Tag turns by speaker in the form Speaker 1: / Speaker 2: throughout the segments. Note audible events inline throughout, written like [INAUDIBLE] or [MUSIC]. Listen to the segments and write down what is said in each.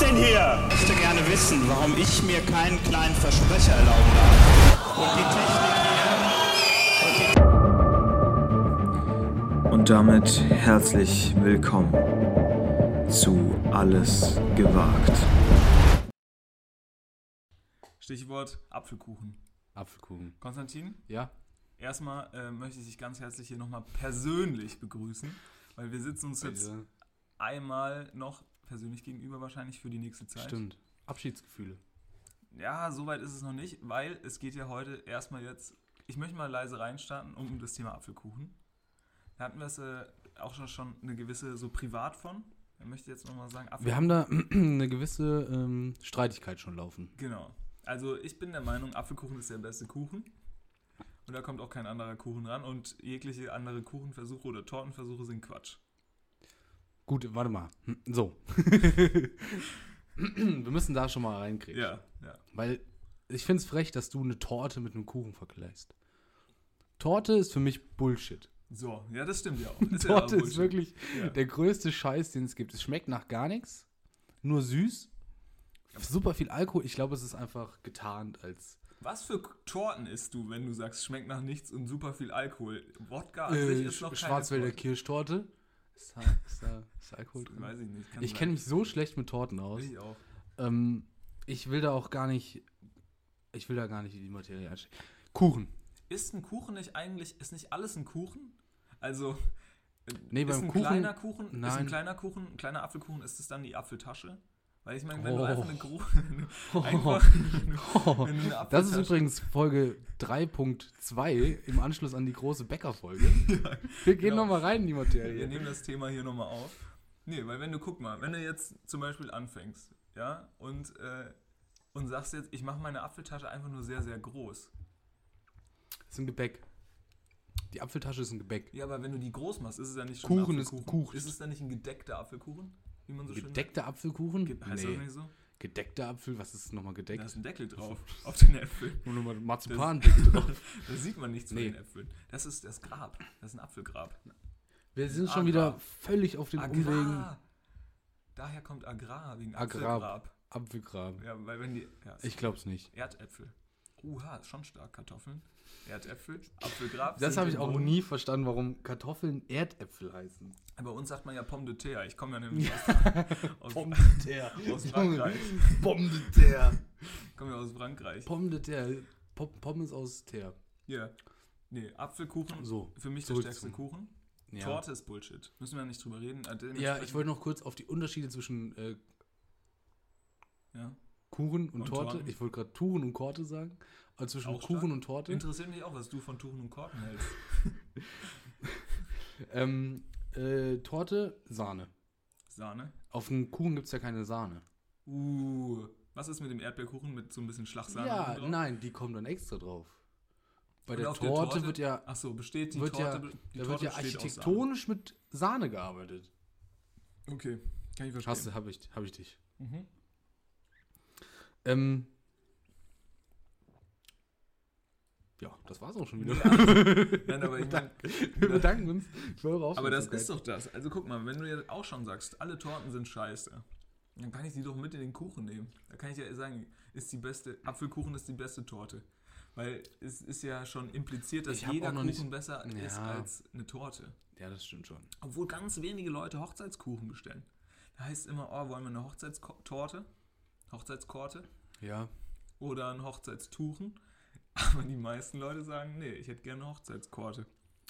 Speaker 1: denn hier? Ich möchte gerne wissen, warum ich mir keinen kleinen Versprecher erlauben darf. Und die Technik hier.
Speaker 2: Und damit herzlich willkommen zu Alles gewagt.
Speaker 3: Stichwort Apfelkuchen.
Speaker 4: Apfelkuchen.
Speaker 3: Konstantin,
Speaker 4: Ja,
Speaker 3: erstmal äh, möchte ich dich ganz herzlich hier nochmal persönlich begrüßen, weil wir sitzen uns jetzt
Speaker 4: ja,
Speaker 3: einmal noch persönlich gegenüber wahrscheinlich für die nächste Zeit.
Speaker 4: stimmt. Abschiedsgefühle.
Speaker 3: Ja, soweit ist es noch nicht, weil es geht ja heute erstmal jetzt, ich möchte mal leise reinstarten, um das Thema Apfelkuchen. Da hatten wir es äh, auch schon, schon eine gewisse so privat von. Ich möchte jetzt nochmal sagen, Apfel
Speaker 4: Wir haben da [CLEARS THROAT] eine gewisse ähm, Streitigkeit schon laufen.
Speaker 3: Genau. Also ich bin der Meinung, Apfelkuchen ist der beste Kuchen. Und da kommt auch kein anderer Kuchen ran. Und jegliche andere Kuchenversuche oder Tortenversuche sind Quatsch.
Speaker 4: Gut, warte mal. Hm, So. Wir müssen da schon mal reinkriegen.
Speaker 3: Ja, ja.
Speaker 4: Weil ich finde es frech, dass du eine Torte mit einem Kuchen vergleichst. Torte ist für mich Bullshit.
Speaker 3: So, ja, das stimmt ja auch. Ist ja
Speaker 4: Torte
Speaker 3: auch
Speaker 4: ist
Speaker 3: Bullshit.
Speaker 4: wirklich
Speaker 3: Ja.
Speaker 4: der größte Scheiß, den es gibt. Es schmeckt nach gar nichts, nur süß, super viel Alkohol. Ich glaube, es ist einfach getarnt als
Speaker 3: Was für K- Torten isst du, wenn du sagst, schmeckt nach nichts und super viel Alkohol? Wodka an
Speaker 4: äh,
Speaker 3: sich ist noch keine
Speaker 4: Schwarzwälder
Speaker 3: Torte.
Speaker 4: Kirschtorte. Ist da, ist da, ist da Alkohol drin?
Speaker 3: Weiß ich nicht. kann
Speaker 4: genau. Ich
Speaker 3: sein.
Speaker 4: kenne mich so schlecht mit Torten aus.
Speaker 3: Ich auch.
Speaker 4: Ähm, ich will da auch gar nicht. Ich will da gar nicht in die Materie einsteigen. Kuchen.
Speaker 3: Ist ein Kuchen nicht eigentlich, ist nicht alles ein Kuchen? Also, äh,
Speaker 4: Nee,
Speaker 3: ist
Speaker 4: beim
Speaker 3: ein
Speaker 4: Kuchen-
Speaker 3: kleiner Kuchen, ist ein
Speaker 4: nein.
Speaker 3: kleiner Kuchen, ein kleiner Apfelkuchen, ist es dann die Apfeltasche? Weil ich meine, wenn du
Speaker 4: Oh.
Speaker 3: einfach eine
Speaker 4: [LAUGHS]
Speaker 3: Gro [LAUGHS] einfach, [LAUGHS] wenn du eine
Speaker 4: das ist
Speaker 3: Apfeltasche-
Speaker 4: übrigens Folge 3.2 im Anschluss an die
Speaker 3: [LAUGHS]
Speaker 4: große Bäckerfolge. Wir gehen
Speaker 3: genau.
Speaker 4: noch nochmal rein in die
Speaker 3: Wir
Speaker 4: Materie.
Speaker 3: nehmen das Thema hier nochmal auf. Nee, weil wenn du, guck mal, wenn du jetzt zum Beispiel anfängst, ja, und, äh, und sagst jetzt, ich mache meine Apfeltasche einfach nur sehr, sehr groß.
Speaker 4: Das ist ein Gebäck. Die Apfeltasche ist ein Gebäck.
Speaker 3: Ja, aber wenn du die groß machst, ist es ja nicht schon
Speaker 4: Kuchen
Speaker 3: ein
Speaker 4: ist
Speaker 3: Apfelkuchen.
Speaker 4: Kuchen.
Speaker 3: Ist es dann nicht ein gedeckter Apfelkuchen? Wie man so
Speaker 4: Gedeckter Apfelkuchen?
Speaker 3: schön Heißt das
Speaker 4: nee.
Speaker 3: nicht so?
Speaker 4: Gedeckter Apfel? Was ist nochmal
Speaker 3: Da
Speaker 4: gedeckt?
Speaker 3: ist ein Deckel drauf
Speaker 4: [LAUGHS]
Speaker 3: auf den Äpfeln.
Speaker 4: Nur nochmal
Speaker 3: [LAUGHS]
Speaker 4: Marzipan.
Speaker 3: da sieht man nichts
Speaker 4: Nee.
Speaker 3: von den Äpfeln. Das ist das Grab. Das ist ein Apfelgrab.
Speaker 4: Wir sind
Speaker 3: Agrar.
Speaker 4: schon wieder völlig auf den Umwegen.
Speaker 3: Daher kommt Agrar wegen
Speaker 4: Agrar.
Speaker 3: Apfelgrab.
Speaker 4: Apfelgraben.
Speaker 3: Ja, weil wenn die ja, es-
Speaker 4: Ich glaub's nicht.
Speaker 3: Erdäpfel. Uha, ist schon stark Kartoffeln. Erdäpfel, Apfelgrab.
Speaker 4: Das
Speaker 3: sind
Speaker 4: habe ich
Speaker 3: im
Speaker 4: auch
Speaker 3: Boden.
Speaker 4: nie verstanden, warum Kartoffeln Erdäpfel heißen.
Speaker 3: Bei uns sagt man ja Pomme de terre. Ich
Speaker 4: [LAUGHS]
Speaker 3: komme ja nämlich aus, aus,
Speaker 4: der.
Speaker 3: aus Frankreich.
Speaker 4: Pomme de terre.
Speaker 3: Ich komme ja aus Frankreich.
Speaker 4: Pomme de terre. Pom- Pommes aus Teer.
Speaker 3: Ja. Nee, Apfelkuchen.
Speaker 4: So,
Speaker 3: Für mich der
Speaker 4: zurück
Speaker 3: stärkste
Speaker 4: zum-
Speaker 3: Kuchen.
Speaker 4: Ja.
Speaker 3: Torte ist Bullshit. Müssen wir nicht drüber reden. Äh,
Speaker 4: Ja, ich
Speaker 3: dementsprechend-
Speaker 4: wollte noch kurz auf die Unterschiede zwischen äh,
Speaker 3: Ja.
Speaker 4: Kuchen und,
Speaker 3: Und
Speaker 4: Torte.
Speaker 3: Torten.
Speaker 4: Ich wollte gerade Tuchen und Korte sagen. Also zwischen
Speaker 3: Auch
Speaker 4: Kuchen
Speaker 3: stark.
Speaker 4: und Torte.
Speaker 3: Interessiert mich auch, was du von Tuchen und Korken hältst.
Speaker 4: Ähm, äh, Torte, Sahne.
Speaker 3: Sahne.
Speaker 4: Auf dem Kuchen gibt's ja keine Sahne.
Speaker 3: Uh, was ist mit dem Erdbeerkuchen mit so ein bisschen Schlagsahne?
Speaker 4: ja,
Speaker 3: oben drauf?
Speaker 4: nein, die kommen dann extra drauf. Bei
Speaker 3: Und
Speaker 4: der
Speaker 3: auf
Speaker 4: Torte, wird ja,
Speaker 3: Ach so, besteht die
Speaker 4: wird
Speaker 3: Torte.
Speaker 4: ja,
Speaker 3: be- die
Speaker 4: da wird
Speaker 3: Torte
Speaker 4: ja
Speaker 3: besteht aus Sahne.
Speaker 4: architektonisch mit Sahne gearbeitet.
Speaker 3: Okay, kann ich verstehen.
Speaker 4: Hast du, hab ich, hab ich dich.
Speaker 3: Mhm.
Speaker 4: Ähm, ja, das war's auch schon [LAUGHS] wieder.
Speaker 3: [LAUGHS] Nein, aber ich mein,
Speaker 4: Wir bedanken uns für eure Aufmerksamkeit.
Speaker 3: aber das ist doch das. Also guck mal, wenn du jetzt auch schon sagst, alle Torten sind scheiße, dann kann ich die doch mit in den Kuchen nehmen. Da kann ich ja sagen, ist die beste, Apfelkuchen ist die beste Torte. Weil es ist ja schon impliziert, dass
Speaker 4: Ich hab
Speaker 3: jeder
Speaker 4: auch noch
Speaker 3: Kuchen
Speaker 4: nicht-
Speaker 3: besser ist
Speaker 4: Ja.
Speaker 3: als eine Torte.
Speaker 4: Ja, das stimmt schon.
Speaker 3: Obwohl ganz wenige Leute Hochzeitskuchen bestellen. Da heißt es immer, oh, wollen wir eine Hochzeitstorte? Hochzeitskorte?
Speaker 4: Ja.
Speaker 3: Oder ein Hochzeitstuchen? [LAUGHS] Aber die meisten Leute sagen, nee, ich hätte gerne eine Hochzeitskorte.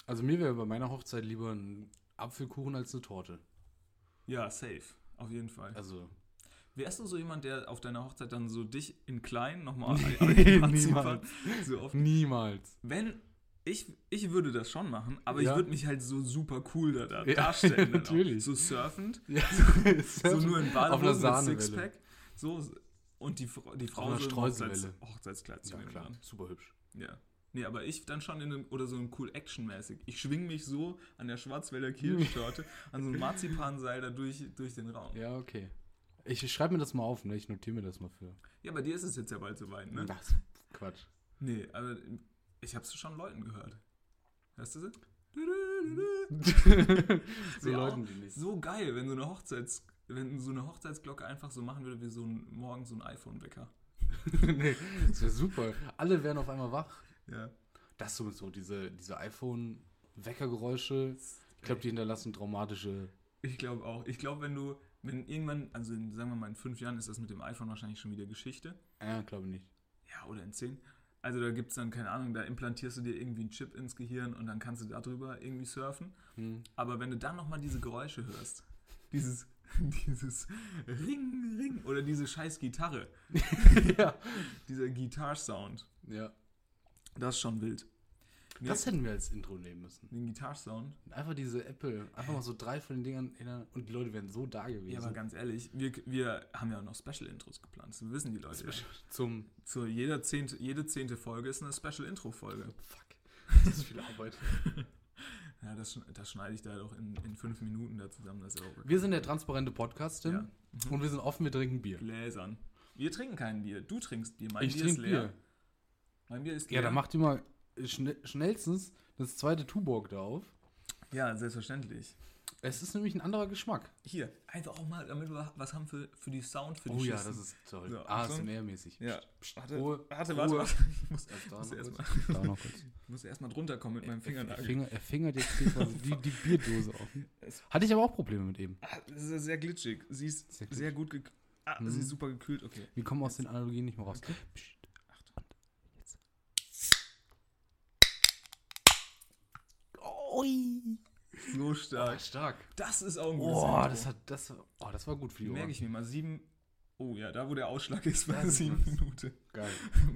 Speaker 4: Also mir wäre bei meiner Hochzeit lieber ein Apfelkuchen als eine Torte.
Speaker 3: Ja, safe. Auf jeden Fall.
Speaker 4: Also,
Speaker 3: Wärst du so jemand, der auf deiner Hochzeit dann so dich in klein nochmal
Speaker 4: [LAUGHS] Nee,
Speaker 3: [LAUGHS]
Speaker 4: niemals.
Speaker 3: so oft?
Speaker 4: niemals.
Speaker 3: Wenn, ich, ich würde das schon machen, aber ich
Speaker 4: Ja.
Speaker 3: würde mich halt so super cool da, da
Speaker 4: Ja, [LAUGHS]
Speaker 3: darstellen. dann auch.
Speaker 4: natürlich.
Speaker 3: So
Speaker 4: [LAUGHS]
Speaker 3: surfend,
Speaker 4: Ja,
Speaker 3: so nur in
Speaker 4: Auf einer
Speaker 3: Badehosen mit
Speaker 4: Sahnewelle.
Speaker 3: Sixpack. So, und die, Fra- die Frau
Speaker 4: einer
Speaker 3: so im Hochzeits,
Speaker 4: Streuselwelle.
Speaker 3: Hochzeitskleid zu
Speaker 4: Ja,
Speaker 3: nehmen
Speaker 4: klar.
Speaker 3: dann.
Speaker 4: Super hübsch.
Speaker 3: Ja. Nee, aber ich dann schon in einem, oder so ein cool Action-mäßig. Ich schwing mich so an der Schwarzwälder
Speaker 4: [LAUGHS]
Speaker 3: Kirschtorte, an so einem Marzipanseil da durch, durch den Raum. Ja.
Speaker 4: Ja, okay. Ich schreibe mir das mal auf, ne? Ich notiere mir das mal für.
Speaker 3: bei dir ist es jetzt ja bald soweit, ne?
Speaker 4: Das ist
Speaker 3: [LAUGHS]
Speaker 4: Quatsch.
Speaker 3: Nee, aber ich hab's schon Leuten gehört. Hörst du sie?
Speaker 4: so
Speaker 3: Ja,
Speaker 4: Leuten die nicht.
Speaker 3: So geil, wenn so eine Hochzeits wenn so eine Hochzeitsglocke einfach so machen würde wie so ein morgen so ein iPhone-Wecker.
Speaker 4: nee, das wäre super. Alle wären auf einmal wach.
Speaker 3: Ja.
Speaker 4: Das sowieso, diese, diese iPhone-Weckergeräusche. Ich glaube, die hinterlassen traumatische.
Speaker 3: Ich glaube auch. Ich glaube, wenn du, wenn irgendwann, also in, sagen wir mal in fünf Jahren ist das mit dem iPhone wahrscheinlich schon wieder Geschichte.
Speaker 4: Ja, glaube äh, nicht. [LAUGHS]
Speaker 3: Ja, oder in zehn. Also da gibt es dann, keine Ahnung, da implantierst du dir irgendwie einen Chip ins Gehirn und dann kannst du darüber irgendwie surfen.
Speaker 4: Hm.
Speaker 3: Aber wenn du dann nochmal diese Geräusche hörst, dieses, [LAUGHS] dieses Ring, Ring oder diese scheiß Gitarre,
Speaker 4: ja.
Speaker 3: dieser Gitarre-Sound,
Speaker 4: ja.
Speaker 3: das ist schon wild. Nee,
Speaker 4: Das hätten wir als Intro nehmen müssen.
Speaker 3: den Gitarre-Sound.
Speaker 4: Einfach diese Apple, einfach mal so drei von den Dingern in- und die Leute wären so da
Speaker 3: Ja, aber
Speaker 4: gewesen.
Speaker 3: ganz ehrlich, wir, wir haben ja auch noch Special-Intros geplant. Das wissen die Leute. ja.
Speaker 4: [LAUGHS] Zum
Speaker 3: Zu jeder zehnte, jede zehnte Folge ist eine Special-Intro-Folge.
Speaker 4: Fuck. Das ist viel Arbeit.
Speaker 3: Ja, das, schn- das schneide ich da halt auch in, in fünf Minuten da zusammen. Das ist ja auch
Speaker 4: Wir sind der transparente Podcast, Tim.
Speaker 3: Ja.
Speaker 4: Und wir sind offen, wir trinken Bier.
Speaker 3: Gläsern. Wir trinken kein Bier. Du trinkst Bier. Mein
Speaker 4: ich
Speaker 3: Bier
Speaker 4: trinke
Speaker 3: ist leer.
Speaker 4: Bier.
Speaker 3: Mein Bier ist leer.
Speaker 4: Ja, dann macht ihr mal schne schnellstens das zweite Tuborg da auf.
Speaker 3: Ja, selbstverständlich.
Speaker 4: Es ist nämlich ein anderer Geschmack.
Speaker 3: Hier, einfach auch mal, damit wir was haben für, für die Sound, für die
Speaker 4: Oh ja,
Speaker 3: Schüssen.
Speaker 4: das Ah, ist toll.
Speaker 3: So, Achtung.
Speaker 4: ASMR-mäßig.
Speaker 3: Ja.
Speaker 4: Psst,
Speaker 3: Warte,
Speaker 4: Ruhe,
Speaker 3: warte, warte,
Speaker 4: Ruhe.
Speaker 3: warte. [LAUGHS] Ich muss,
Speaker 4: Erst Also
Speaker 3: muss
Speaker 4: da noch
Speaker 3: erst mal-
Speaker 4: kurz, da noch
Speaker 3: [LAUGHS]
Speaker 4: kurz.
Speaker 3: ich muss erstmal drunter kommen
Speaker 4: Äh,
Speaker 3: mit Ah, meinem
Speaker 4: Er,
Speaker 3: Fingernagel.
Speaker 4: finger, er fingert jetzt hier quasi die, die Bierdose offen. Hatte ich aber auch Probleme mit eben.
Speaker 3: Ah, Das ist sehr glitschig. Sie ist sehr,
Speaker 4: Sehr glitschig. Hm.
Speaker 3: gut gekühlt. Ah, sie ist super gekühlt, okay.
Speaker 4: Wir kommen aus den Analogien nicht mehr raus. Psst. Und jetzt. Oi.
Speaker 3: So stark.
Speaker 4: Stark.
Speaker 3: Das ist auch ein gutes
Speaker 4: Oh,
Speaker 3: Intro.
Speaker 4: das, hat, das, oh, das war gut für die Ohren.
Speaker 3: merke ich mir mal. Sieben. Oh ja, da wo der Ausschlag ist, bei
Speaker 4: Ja, das
Speaker 3: sieben
Speaker 4: ist-
Speaker 3: [LAUGHS] Minuten.
Speaker 4: Geil.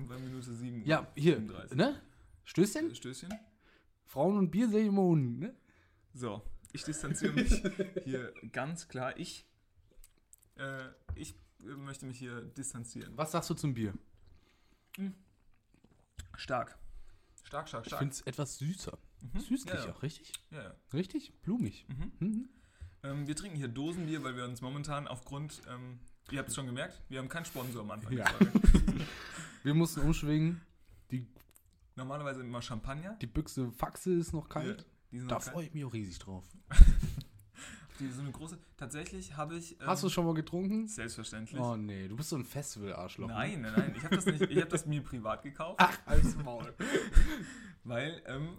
Speaker 3: bei Minute sieben.
Speaker 4: Ja, hier,
Speaker 3: 35.
Speaker 4: ne? Stößchen?
Speaker 3: Äh, Stößchen.
Speaker 4: Frauen und Bier sehe ich immer unten, ne?
Speaker 3: So, ich distanziere
Speaker 4: [LAUGHS]
Speaker 3: mich hier ganz klar. Ich, äh, ich äh, möchte mich hier distanzieren.
Speaker 4: Was sagst du zum Bier?
Speaker 3: Stark. Stark, stark,
Speaker 4: Ich
Speaker 3: stark.
Speaker 4: finde es etwas süßer. Süßlich
Speaker 3: Ja, ja.
Speaker 4: auch, richtig?
Speaker 3: Ja, ja.
Speaker 4: Richtig? Blumig.
Speaker 3: Ähm, wir trinken hier Dosenbier, weil wir uns momentan aufgrund, ähm, ihr habt es schon gemerkt, wir haben keinen Sponsor am Anfang.
Speaker 4: Ja.
Speaker 3: der Folge.
Speaker 4: Wir mussten umschwingen. Die,
Speaker 3: Normalerweise immer Champagner.
Speaker 4: die Büchse Faxe ist noch kalt.
Speaker 3: Die, die sind
Speaker 4: Halt. Da
Speaker 3: noch kalt.
Speaker 4: freue ich mich auch riesig drauf.
Speaker 3: Die sind eine große. Tatsächlich habe ich. ähm,
Speaker 4: Hast du schon mal getrunken?
Speaker 3: Selbstverständlich.
Speaker 4: Oh nee, du bist so ein Festival-Arschloch. ne?
Speaker 3: Nein, nein, nein. Ich habe das nicht. Ich habe das mir privat gekauft,
Speaker 4: Ach, als Maul.
Speaker 3: [LAUGHS] weil ähm,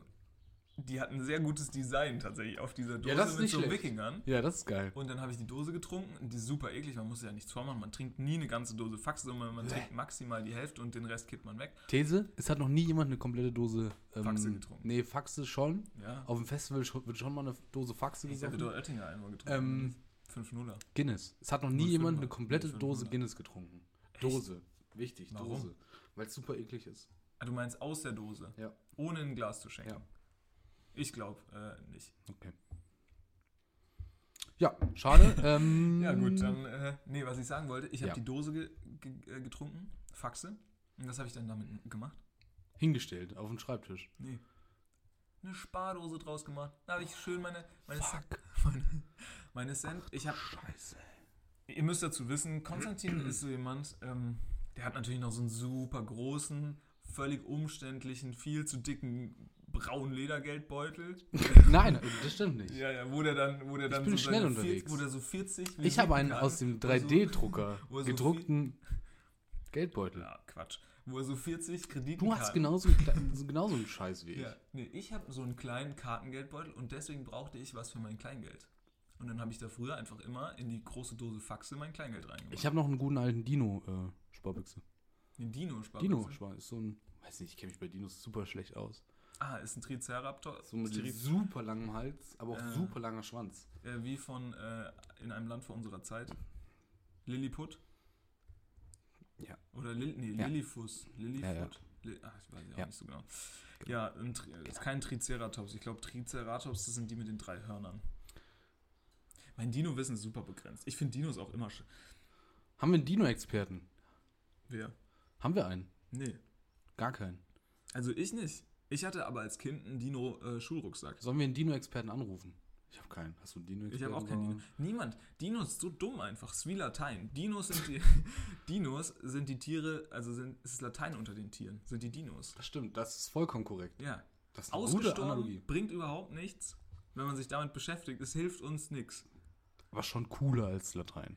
Speaker 3: die hatten ein sehr gutes Design tatsächlich auf dieser Dose
Speaker 4: das ist
Speaker 3: mit
Speaker 4: nicht
Speaker 3: so
Speaker 4: schlecht.
Speaker 3: Wikingern.
Speaker 4: Ja, das ist geil.
Speaker 3: Und dann habe ich die Dose getrunken. Die ist super eklig, man muss ja nichts vormachen. Man trinkt nie eine ganze Dose Fax, sondern man trinkt maximal die Hälfte und den Rest kippt man weg.
Speaker 4: These, es hat noch nie jemand eine komplette Dose ähm,
Speaker 3: Faxe getrunken.
Speaker 4: Nee, Faxe schon.
Speaker 3: Ja.
Speaker 4: Auf dem Festival scho- wird schon mal eine Dose Faxe
Speaker 3: Ich habe
Speaker 4: gesoffen.
Speaker 3: dort Oettinger einmal
Speaker 4: Ähm,
Speaker 3: getrunken. Fünf Nuller.
Speaker 4: Guinness. Es hat noch nie jemand eine
Speaker 3: 0,5er.
Speaker 4: komplette
Speaker 3: 0,5er.
Speaker 4: Dose Guinness getrunken. Dose. Wichtig,
Speaker 3: Warum?
Speaker 4: Dose. Weil es super eklig ist.
Speaker 3: Ah, du meinst aus der Dose,
Speaker 4: Ja.
Speaker 3: ohne ein Glas zu schenken.
Speaker 4: Ja.
Speaker 3: Ich glaube äh, nicht.
Speaker 4: Okay. Ja,
Speaker 3: [LAUGHS]
Speaker 4: schade. ähm,
Speaker 3: Ja, gut, dann. Äh, nee, was ich sagen wollte, ich habe
Speaker 4: Ja.
Speaker 3: die Dose ge ge äh, getrunken, Faxe. Und was habe ich dann damit gemacht?
Speaker 4: Hingestellt auf
Speaker 3: [LAUGHS]
Speaker 4: den Schreibtisch.
Speaker 3: Nee. Eine Spardose draus gemacht. Da habe ich schön meine. meine
Speaker 4: Fuck.
Speaker 3: [LAUGHS] Meine, meine Cent. Ich habe.
Speaker 4: Scheiße.
Speaker 3: Ihr müsst dazu wissen,
Speaker 4: [CLEARS THROAT]
Speaker 3: Konstantin ist so jemand, ähm, der hat natürlich noch so einen super großen, völlig umständlichen, viel zu dicken braunen Ledergeldbeutel.
Speaker 4: Nein, das stimmt nicht.
Speaker 3: Ja, ja, wo der dann, wo der dann
Speaker 4: bin
Speaker 3: so
Speaker 4: schnell
Speaker 3: seine
Speaker 4: unterwegs.
Speaker 3: 40, wo der so 40
Speaker 4: Ich
Speaker 3: Visitenkarten-
Speaker 4: habe einen aus dem
Speaker 3: wo er so-
Speaker 4: 3D-Drucker
Speaker 3: [LAUGHS] wo er so
Speaker 4: gedruckten Geldbeutel.
Speaker 3: Ja, Quatsch. Wo er so 40 Krediten
Speaker 4: Du hast genau genauso, einen kle- so- genauso einen Scheiß wie ich.
Speaker 3: Ja, nee, ich habe so einen kleinen Kartengeldbeutel und deswegen brauchte ich was für mein Kleingeld. Und dann habe ich da früher einfach immer in die große Dose Faxe mein Kleingeld reingemacht.
Speaker 4: Ich habe noch einen guten alten Dino-Sparbüchse.
Speaker 3: den Dino sparen.
Speaker 4: Dino Spar ist so ein, weiß nicht, ich kenne mich bei Dinos super schlecht aus.
Speaker 3: Ah, ist ein Triceraptor.
Speaker 4: So mit
Speaker 3: Tri
Speaker 4: super langem Hals, aber auch
Speaker 3: Äh.
Speaker 4: super langer Schwanz.
Speaker 3: äh, wie von äh, in einem Land vor unserer Zeit. Lilliput.
Speaker 4: Ja.
Speaker 3: Oder Lil nee,
Speaker 4: Ja.
Speaker 3: Lillifus. Lillifut.
Speaker 4: Ja, ja.
Speaker 3: Li Ach, ich weiß ja auch
Speaker 4: Ja. Genau.
Speaker 3: nicht so genau. Ja, ein Tri ist kein Triceratops. Ich glaube, Triceratops, das sind die mit den drei Hörnern. Mein Dino-Wissen ist super begrenzt. Ich finde Dinos auch immer sch
Speaker 4: Haben wir einen Dino-Experten?
Speaker 3: Wer?
Speaker 4: Haben wir einen?
Speaker 3: Nee.
Speaker 4: Gar keinen.
Speaker 3: Also ich nicht. Ich hatte aber als Kind einen äh, Dino-Schulrucksack.
Speaker 4: Sollen wir einen Dino-Experten anrufen? Ich habe keinen. Hast du einen Dino-Experten? Ah.
Speaker 3: ich habe auch keinen Dino.
Speaker 4: Sondern-
Speaker 3: Niemand. Dinos ist so dumm einfach. Es ist wie Latein. Dinos sind
Speaker 4: [LAUGHS]
Speaker 3: die, Dinos sind die Tiere, also sind, es ist Latein unter den Tieren, sind die Dinos.
Speaker 4: Das stimmt, das ist vollkommen korrekt.
Speaker 3: Ja.
Speaker 4: Das ist eine gute
Speaker 3: Ausgestorben
Speaker 4: Analogie.
Speaker 3: bringt überhaupt nichts. Wenn man sich damit beschäftigt, es hilft uns nichts.
Speaker 4: Aber schon cooler als Latein.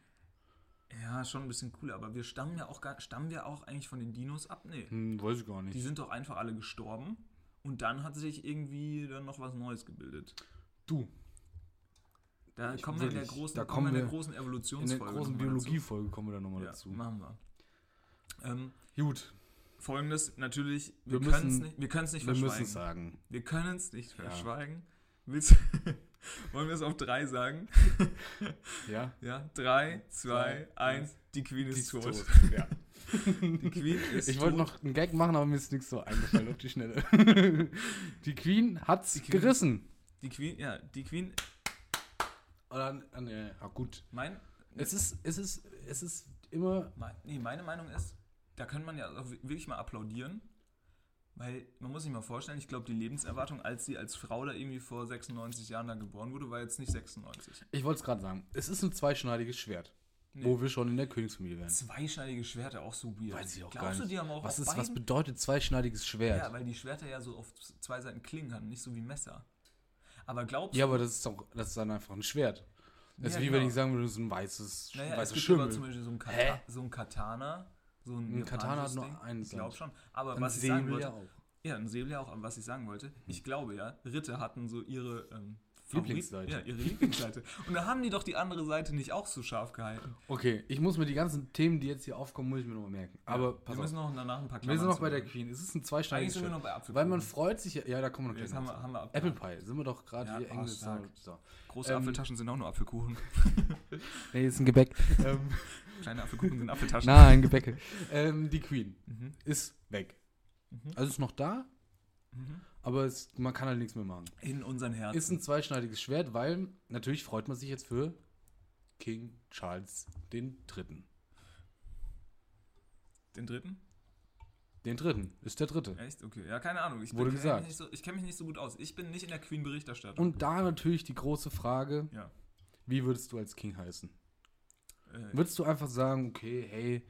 Speaker 3: Ja, schon ein bisschen cooler, aber wir stammen ja auch gar, stammen wir auch eigentlich von den Dinos ab? Nee.
Speaker 4: Hm, weiß ich gar
Speaker 3: Die
Speaker 4: nicht.
Speaker 3: sind doch einfach alle gestorben und dann hat sich irgendwie dann noch was Neues gebildet.
Speaker 4: Du,
Speaker 3: Da
Speaker 4: Ich-
Speaker 3: kommen wir in der
Speaker 4: wirklich,
Speaker 3: großen,
Speaker 4: da
Speaker 3: kommen wir in der
Speaker 4: kommen wir
Speaker 3: großen
Speaker 4: in der
Speaker 3: Evolutionsfolge.
Speaker 4: großen
Speaker 3: nochmal dazu.
Speaker 4: Biologiefolge kommen wir da nochmal
Speaker 3: ja,
Speaker 4: dazu.
Speaker 3: Machen wir. Ähm,
Speaker 4: Gut,
Speaker 3: Folgendes, natürlich, wir,
Speaker 4: Wir
Speaker 3: können es
Speaker 4: müssen-
Speaker 3: nicht, wir können's nicht
Speaker 4: wir müssen
Speaker 3: verschweigen.
Speaker 4: es sagen.
Speaker 3: Wir können es nicht
Speaker 4: Ja.
Speaker 3: verschweigen. Willst, [LAUGHS] wollen wir es auf drei sagen?
Speaker 4: Ja?
Speaker 3: Ja, drei, zwei,
Speaker 4: Drei,
Speaker 3: eins, die Queen ist,
Speaker 4: Die ist
Speaker 3: tot.
Speaker 4: tot.
Speaker 3: [LAUGHS]
Speaker 4: Ja. [LAUGHS]
Speaker 3: Die Queen ist
Speaker 4: Ich
Speaker 3: tot.
Speaker 4: wollte noch einen Gag machen, aber mir ist nichts so eingefallen auf die Schnelle. [LAUGHS] die Queen hat's
Speaker 3: Die Queen-
Speaker 4: gerissen.
Speaker 3: Die Queen, ja, die Queen, Oh,
Speaker 4: Oder, ja, gut.
Speaker 3: mein,
Speaker 4: Es ist, es ist, es ist immer.
Speaker 3: mein, nee, meine Meinung ist, da kann man ja auch wirklich mal applaudieren. Weil man muss sich mal vorstellen, ich glaube, die Lebenserwartung, als sie als Frau da irgendwie vor 96 Jahren da geboren wurde, war jetzt nicht 96.
Speaker 4: Ich wollte es gerade sagen. Es ist ein zweischneidiges Schwert, wo wir schon in der Königsfamilie wären.
Speaker 3: Zweischneidige Schwerter auch so weird.
Speaker 4: Weiß ich auch
Speaker 3: Glaubst
Speaker 4: gar
Speaker 3: du,
Speaker 4: nicht.
Speaker 3: die haben auch
Speaker 4: was,
Speaker 3: auf
Speaker 4: ist, was
Speaker 3: beiden-
Speaker 4: bedeutet zweischneidiges Schwert?
Speaker 3: Ja, weil die Schwerter ja so auf z- zwei Seiten klingen haben, nicht so wie Messer. Aber glaubst
Speaker 4: Ja, aber das ist doch, das ist dann einfach ein Schwert. Das
Speaker 3: Ja,
Speaker 4: ist wie
Speaker 3: genau.
Speaker 4: wenn ich sagen würde, das ist ein weißes,
Speaker 3: naja, es
Speaker 4: weißes
Speaker 3: gibt
Speaker 4: Schimmel.
Speaker 3: aber zum Beispiel so ein, Kata
Speaker 4: Hä?
Speaker 3: so ein Katana, so ein,
Speaker 4: Ein Katana
Speaker 3: japanisches
Speaker 4: hat nur
Speaker 3: Ding.
Speaker 4: einen
Speaker 3: Ich glaube
Speaker 4: Sand.
Speaker 3: schon. Aber
Speaker 4: Ein
Speaker 3: was ich sagen
Speaker 4: Säbel
Speaker 3: wollte,
Speaker 4: ja
Speaker 3: ja,
Speaker 4: auch.
Speaker 3: ein Säbel ja auch, aber was ich sagen wollte,
Speaker 4: Hm.
Speaker 3: ich glaube ja, Ritter hatten so ihre ähm, Favorit-
Speaker 4: Lieblingsseite.
Speaker 3: Ja, ihre Lieblingsseite. Und da haben die doch die andere Seite nicht auch so scharf gehalten.
Speaker 4: Okay, ich muss mir die ganzen Themen, die jetzt hier aufkommen, muss ich mir nochmal merken. Aber
Speaker 3: wir
Speaker 4: pass
Speaker 3: müssen
Speaker 4: auf.
Speaker 3: noch danach ein paar
Speaker 4: Wir sind noch
Speaker 3: zu
Speaker 4: bei der
Speaker 3: machen.
Speaker 4: Queen. Es ist ein
Speaker 3: Eigentlich
Speaker 4: zweischneidiges
Speaker 3: sind wir noch
Speaker 4: Schwert.
Speaker 3: bei Apfel.
Speaker 4: Weil man freut sich ja, ja, da kommen wir noch
Speaker 3: Jetzt
Speaker 4: gleich
Speaker 3: haben
Speaker 4: noch
Speaker 3: wir,
Speaker 4: zu.
Speaker 3: haben wir abgehakt.
Speaker 4: Apple Pie, sind wir doch gerade
Speaker 3: Ja,
Speaker 4: hier
Speaker 3: ah,
Speaker 4: Englisch.
Speaker 3: stark.
Speaker 4: So.
Speaker 3: Große
Speaker 4: Ähm,
Speaker 3: Apfeltaschen sind auch nur
Speaker 4: [LAUGHS]
Speaker 3: Apfelkuchen.
Speaker 4: Nee, ist
Speaker 3: [LAUGHS]
Speaker 4: ein Gebäck. ähm,
Speaker 3: Kleine Apfelkuchen sind Apfeltaschen.
Speaker 4: nein, Gebäcke. Ähm, die Queen
Speaker 3: Mhm.
Speaker 4: ist weg.
Speaker 3: Mhm.
Speaker 4: Also ist noch da,
Speaker 3: Mhm.
Speaker 4: aber es, man kann halt nichts mehr machen.
Speaker 3: In unseren Herzen.
Speaker 4: Ist ein zweischneidiges Schwert, weil natürlich freut man sich jetzt für King Charles den Dritten.
Speaker 3: Den dritten?
Speaker 4: Den Dritten ist der Dritte.
Speaker 3: Echt? Okay. Ja, keine Ahnung. Ich
Speaker 4: Wurde
Speaker 3: bin-
Speaker 4: gesagt.
Speaker 3: Ich kenne mich, nicht so- ich kenn mich nicht so gut aus. Ich bin nicht in der Queen-Berichterstattung.
Speaker 4: Und da natürlich die große Frage,
Speaker 3: Ja.
Speaker 4: wie würdest du als King heißen?
Speaker 3: Äh,
Speaker 4: Würdest du einfach sagen, okay, hey,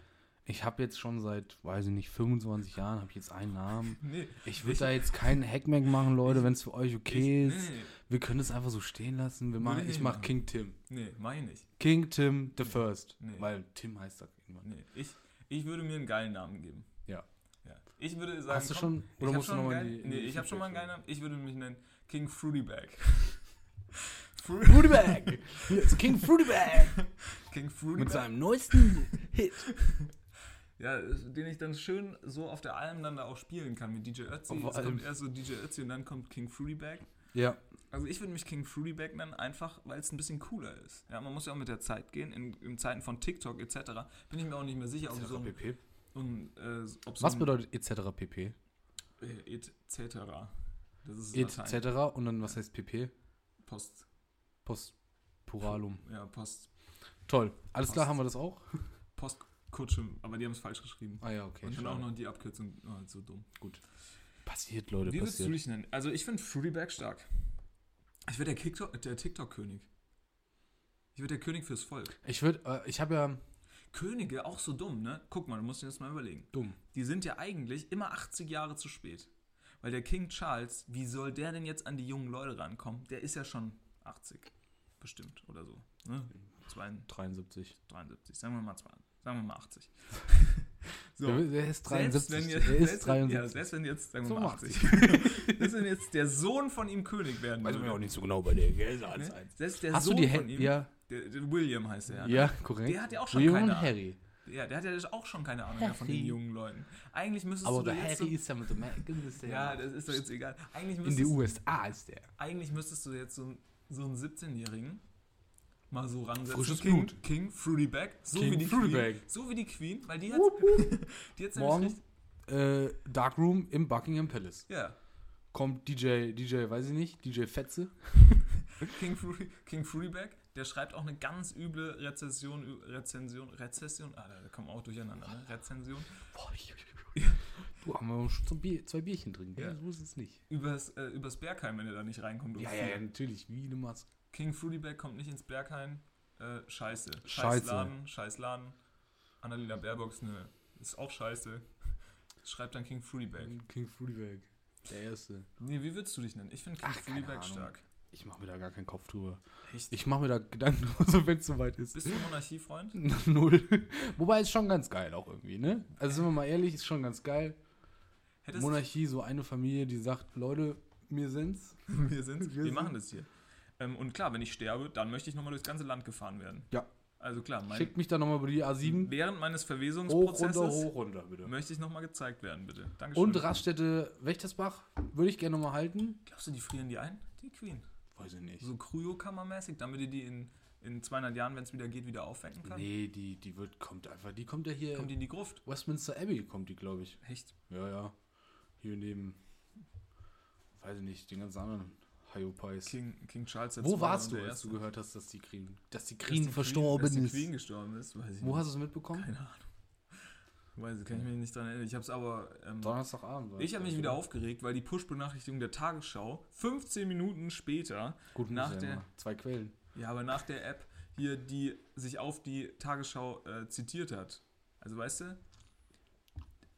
Speaker 4: ich habe jetzt schon seit, weiß ich nicht, 25 Jahren, habe ich jetzt einen Namen.
Speaker 3: nee.
Speaker 4: Ich würde da jetzt keinen Hackmack machen, Leute, wenn es für euch okay
Speaker 3: ich,
Speaker 4: ist.
Speaker 3: nee,
Speaker 4: Wir können es einfach so stehen lassen. Wir
Speaker 3: Würde
Speaker 4: machen,
Speaker 3: ich
Speaker 4: ich
Speaker 3: nicht
Speaker 4: mache
Speaker 3: machen.
Speaker 4: King Tim.
Speaker 3: nee, mach ich nicht.
Speaker 4: King Tim the First.
Speaker 3: Nee.
Speaker 4: Weil Tim heißt da irgendwann.
Speaker 3: Nee. Ich, ich würde mir einen geilen Namen geben.
Speaker 4: Ja.
Speaker 3: ja. Ich würde sagen.
Speaker 4: Hast du
Speaker 3: komm,
Speaker 4: schon, oder
Speaker 3: ich
Speaker 4: musst du
Speaker 3: hab schon
Speaker 4: nochmal
Speaker 3: einen
Speaker 4: in
Speaker 3: geilen-
Speaker 4: die. in
Speaker 3: Nee,
Speaker 4: die
Speaker 3: ich habe schon mal einen geilen
Speaker 4: Feedback-
Speaker 3: Namen. Ich würde mich nennen King Fruity Bag. Fru
Speaker 4: [LAUGHS] Fruity Bag! Hier ist King Fruity Bag!
Speaker 3: [LAUGHS] King Fruity
Speaker 4: Mit
Speaker 3: Bag.
Speaker 4: seinem neuesten Hit.
Speaker 3: Ja, den ich dann schön so auf der Alm dann da auch spielen kann mit DJ Ötzi.
Speaker 4: Auf
Speaker 3: Jetzt kommt
Speaker 4: Alm.
Speaker 3: erst so DJ Ötzi und dann kommt King Fruity Bag.
Speaker 4: Ja.
Speaker 3: Also ich würde mich King Fruity Bag nennen, einfach weil es ein bisschen cooler ist. Ja, man muss ja auch mit der Zeit gehen. In, in Zeiten von TikTok etc. bin ich mir auch nicht mehr sicher, ob Also so ein, um, äh, ob so
Speaker 4: Was
Speaker 3: ein,
Speaker 4: bedeutet etc. pp?
Speaker 3: äh, etc. Das ist Latein.
Speaker 4: Etc. und dann was heißt pp?
Speaker 3: Post,
Speaker 4: Post Puralum.
Speaker 3: ja Post,
Speaker 4: Toll. Alles klar,
Speaker 3: Post.
Speaker 4: haben wir das auch?
Speaker 3: Postkutsche, aber die haben es falsch geschrieben.
Speaker 4: Ah ja, okay.
Speaker 3: Und dann
Speaker 4: schade.
Speaker 3: auch noch die Abkürzung, oh, so dumm. Gut.
Speaker 4: Passiert, Leute,
Speaker 3: Wie würdest du
Speaker 4: passiert.
Speaker 3: dich nennen? Also ich finde Fruity Bag stark. Ich werde der TikTok, der TikTok-König. Ich werde der König fürs Volk.
Speaker 4: Ich würde, äh, ich habe ja
Speaker 3: Könige, auch so dumm, ne? Guck mal, du musst dir das mal überlegen.
Speaker 4: dumm.
Speaker 3: die sind ja eigentlich immer 80 Jahre zu spät. Weil der King Charles, wie soll der denn jetzt an die jungen Leute rankommen? Der ist ja schon 80, bestimmt oder so. Ne? 72,
Speaker 4: 73.
Speaker 3: 73, sagen wir mal 20, sagen wir mal
Speaker 4: [LAUGHS]
Speaker 3: 80.
Speaker 4: Der, der ist 73.
Speaker 3: Selbst wenn
Speaker 4: der
Speaker 3: jetzt, [LAUGHS]
Speaker 4: ist
Speaker 3: selbst, wenn- Ja,
Speaker 4: 73.
Speaker 3: selbst wenn jetzt, sagen wir
Speaker 4: So
Speaker 3: mal
Speaker 4: 80.
Speaker 3: 80.
Speaker 4: [LAUGHS]
Speaker 3: selbst wenn jetzt der Sohn von ihm König werden würde.
Speaker 4: nicht so genau bei dir.
Speaker 3: ne? Selbst der
Speaker 4: Hast du
Speaker 3: Sohn
Speaker 4: die
Speaker 3: von
Speaker 4: Hände?
Speaker 3: ihm,
Speaker 4: Ja,
Speaker 3: der, der William heißt er ja. ne?
Speaker 4: ja, korrekt.
Speaker 3: Der hat ja auch schon
Speaker 4: William
Speaker 3: keine
Speaker 4: und
Speaker 3: Ahnung.
Speaker 4: Harry.
Speaker 3: Ja, der hat ja auch schon keine Ahnung mehr von den
Speaker 4: Harry.
Speaker 3: jungen Leuten. Eigentlich müsstest
Speaker 4: Aber
Speaker 3: du
Speaker 4: der
Speaker 3: dir jetzt
Speaker 4: Harry
Speaker 3: so,
Speaker 4: ist ja mit American, ist der
Speaker 3: Ja, das ist doch jetzt egal. Eigentlich
Speaker 4: Genau. in die
Speaker 3: müsstest,
Speaker 4: USA ist der.
Speaker 3: eigentlich müsstest du jetzt so, so einen 17-Jährigen mal so ransetzen.
Speaker 4: Frisches
Speaker 3: King,
Speaker 4: Blut.
Speaker 3: King Fruity Bag. So
Speaker 4: King
Speaker 3: wie die
Speaker 4: Fruity
Speaker 3: Queen.
Speaker 4: Bag.
Speaker 3: So wie die Queen, weil die hat [LAUGHS] die hat's nämlich
Speaker 4: Morgen.
Speaker 3: richtig-
Speaker 4: Äh, Darkroom im Buckingham Palace.
Speaker 3: Ja.
Speaker 4: Kommt DJ, DJ, weiß ich nicht, DJ Fetze.
Speaker 3: King Fruity, King Fruity Bag, der schreibt auch eine ganz üble Rezession, ü- Rezension, Rezession, ah, da kommen wir auch durcheinander, ne? Rezension,
Speaker 4: Du, haben wir schon so Bier, zwei Bierchen trinken.
Speaker 3: Ja.
Speaker 4: Ja. So ist es nicht.
Speaker 3: übers, äh, übers Bergheim, wenn er da nicht reinkommt. um vier.
Speaker 4: natürlich, wie eine Maske.
Speaker 3: King Fruity Bag kommt nicht ins Berghain. Äh, scheiße. Scheiß
Speaker 4: Scheiße.
Speaker 3: Laden, scheiß Laden. Annalena Baerbock ist, eine, ist auch scheiße. Schreibt dann King Fruity Bag.
Speaker 4: King Fruityberg. Der erste.
Speaker 3: Nee, wie würdest du dich nennen? Ich finde King
Speaker 4: Ach,
Speaker 3: Fruity
Speaker 4: keine
Speaker 3: Bag
Speaker 4: Ahnung.
Speaker 3: stark.
Speaker 4: Ich mache mir da gar keinen Kopf drüber.
Speaker 3: Echt?
Speaker 4: Ich mache mir da Gedanken drüber, [LAUGHS] wenn es soweit ist.
Speaker 3: Bist du
Speaker 4: [LAUGHS]
Speaker 3: Monarchiefreund?
Speaker 4: Null. Wobei ist schon ganz geil auch irgendwie, ne? Also sind wir mal ehrlich, ist schon ganz geil.
Speaker 3: Hättest
Speaker 4: Monarchie, so eine Familie, die sagt, Leute, mir sind's.
Speaker 3: wir sind,
Speaker 4: Wir
Speaker 3: wir
Speaker 4: sind-
Speaker 3: machen das hier. Ähm, und klar, wenn ich sterbe, dann möchte ich nochmal durchs ganze Land gefahren werden.
Speaker 4: Ja.
Speaker 3: Also klar, mein,
Speaker 4: Schickt mich dann nochmal über die A7.
Speaker 3: während meines
Speaker 4: Hoch, runter,
Speaker 3: Verwesungsprozesses
Speaker 4: hoch, runter, bitte.
Speaker 3: möchte ich nochmal gezeigt werden, bitte. Dankeschön.
Speaker 4: Und Raststätte Wächtersbach würde ich gerne nochmal halten.
Speaker 3: Glaubst du, die frieren die ein? Die Queen.
Speaker 4: Weiß ich nicht.
Speaker 3: So kryokammermäßig, damit ihr die in, in 200 Jahren, wenn es wieder geht, wieder aufwecken kann?
Speaker 4: Nee, die, die wird, kommt einfach, die kommt ja hier.
Speaker 3: Kommt die in die Gruft?
Speaker 4: Westminster Abbey kommt die, glaube ich.
Speaker 3: Echt?
Speaker 4: Ja, ja. Hier neben, weiß ich nicht, den ganzen anderen Hyopies.
Speaker 3: King, King Charles der
Speaker 4: Wo
Speaker 3: Zweite
Speaker 4: warst
Speaker 3: und
Speaker 4: du,
Speaker 3: der
Speaker 4: als du
Speaker 3: Erste.
Speaker 4: gehört hast, dass die Krien, dass die
Speaker 3: Dass die
Speaker 4: Krien
Speaker 3: Queen-
Speaker 4: verstorben
Speaker 3: dass die
Speaker 4: ist?
Speaker 3: Queen gestorben ist, weiß ich
Speaker 4: Wo
Speaker 3: nicht.
Speaker 4: hast du es mitbekommen?
Speaker 3: Keine Ahnung. Weiß ich, kann ich mich nicht dran erinnern. Ich hab's aber. Ähm,
Speaker 4: Donnerstagabend. war
Speaker 3: ich
Speaker 4: das,
Speaker 3: habe
Speaker 4: glaub
Speaker 3: mich wieder
Speaker 4: oder?
Speaker 3: aufgeregt, weil die Push-Benachrichtigung der Tagesschau 15 Minuten später,
Speaker 4: Gut,
Speaker 3: nach
Speaker 4: nach
Speaker 3: der-
Speaker 4: der zwei Quellen.
Speaker 3: ja, aber nach der App hier, die sich auf die Tagesschau äh, zitiert hat. Also weißt du,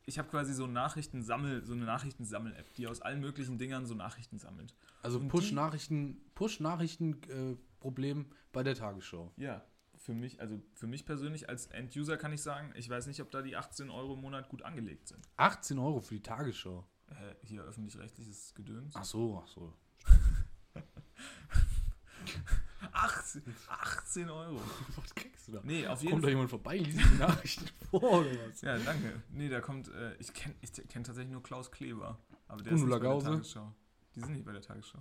Speaker 3: ich habe quasi so Nachrichtensammel, so eine Nachrichtensammel-App, die aus allen möglichen Dingern so Nachrichten sammelt.
Speaker 4: Also
Speaker 3: Und die-
Speaker 4: Push-Nachrichten, Push-Nachrichten äh, Problem bei der Tagesschau.
Speaker 3: Ja, für mich, also für mich persönlich als End-User kann ich sagen, ich weiß nicht, ob da die 18 Euro im Monat gut angelegt sind.
Speaker 4: 18 Euro für die Tagesschau.
Speaker 3: Äh, hier öffentlich-rechtliches Gedöns.
Speaker 4: Ach so, ach so. [LAUGHS]
Speaker 3: 18, 18 Euro.
Speaker 4: Was kriegst du da?
Speaker 3: Nee, auf jeden
Speaker 4: Kommt da
Speaker 3: Fall.
Speaker 4: jemand vorbei, liest die Nachrichten [LAUGHS] vor oder was?
Speaker 3: Ja, danke. Nee, da kommt, äh, ich kenne ich kenn tatsächlich nur Klaus Kleber. Aber der
Speaker 4: Gundula
Speaker 3: ist nicht bei
Speaker 4: Gause.
Speaker 3: der Tagesschau. Die sind nicht bei der Tagesschau.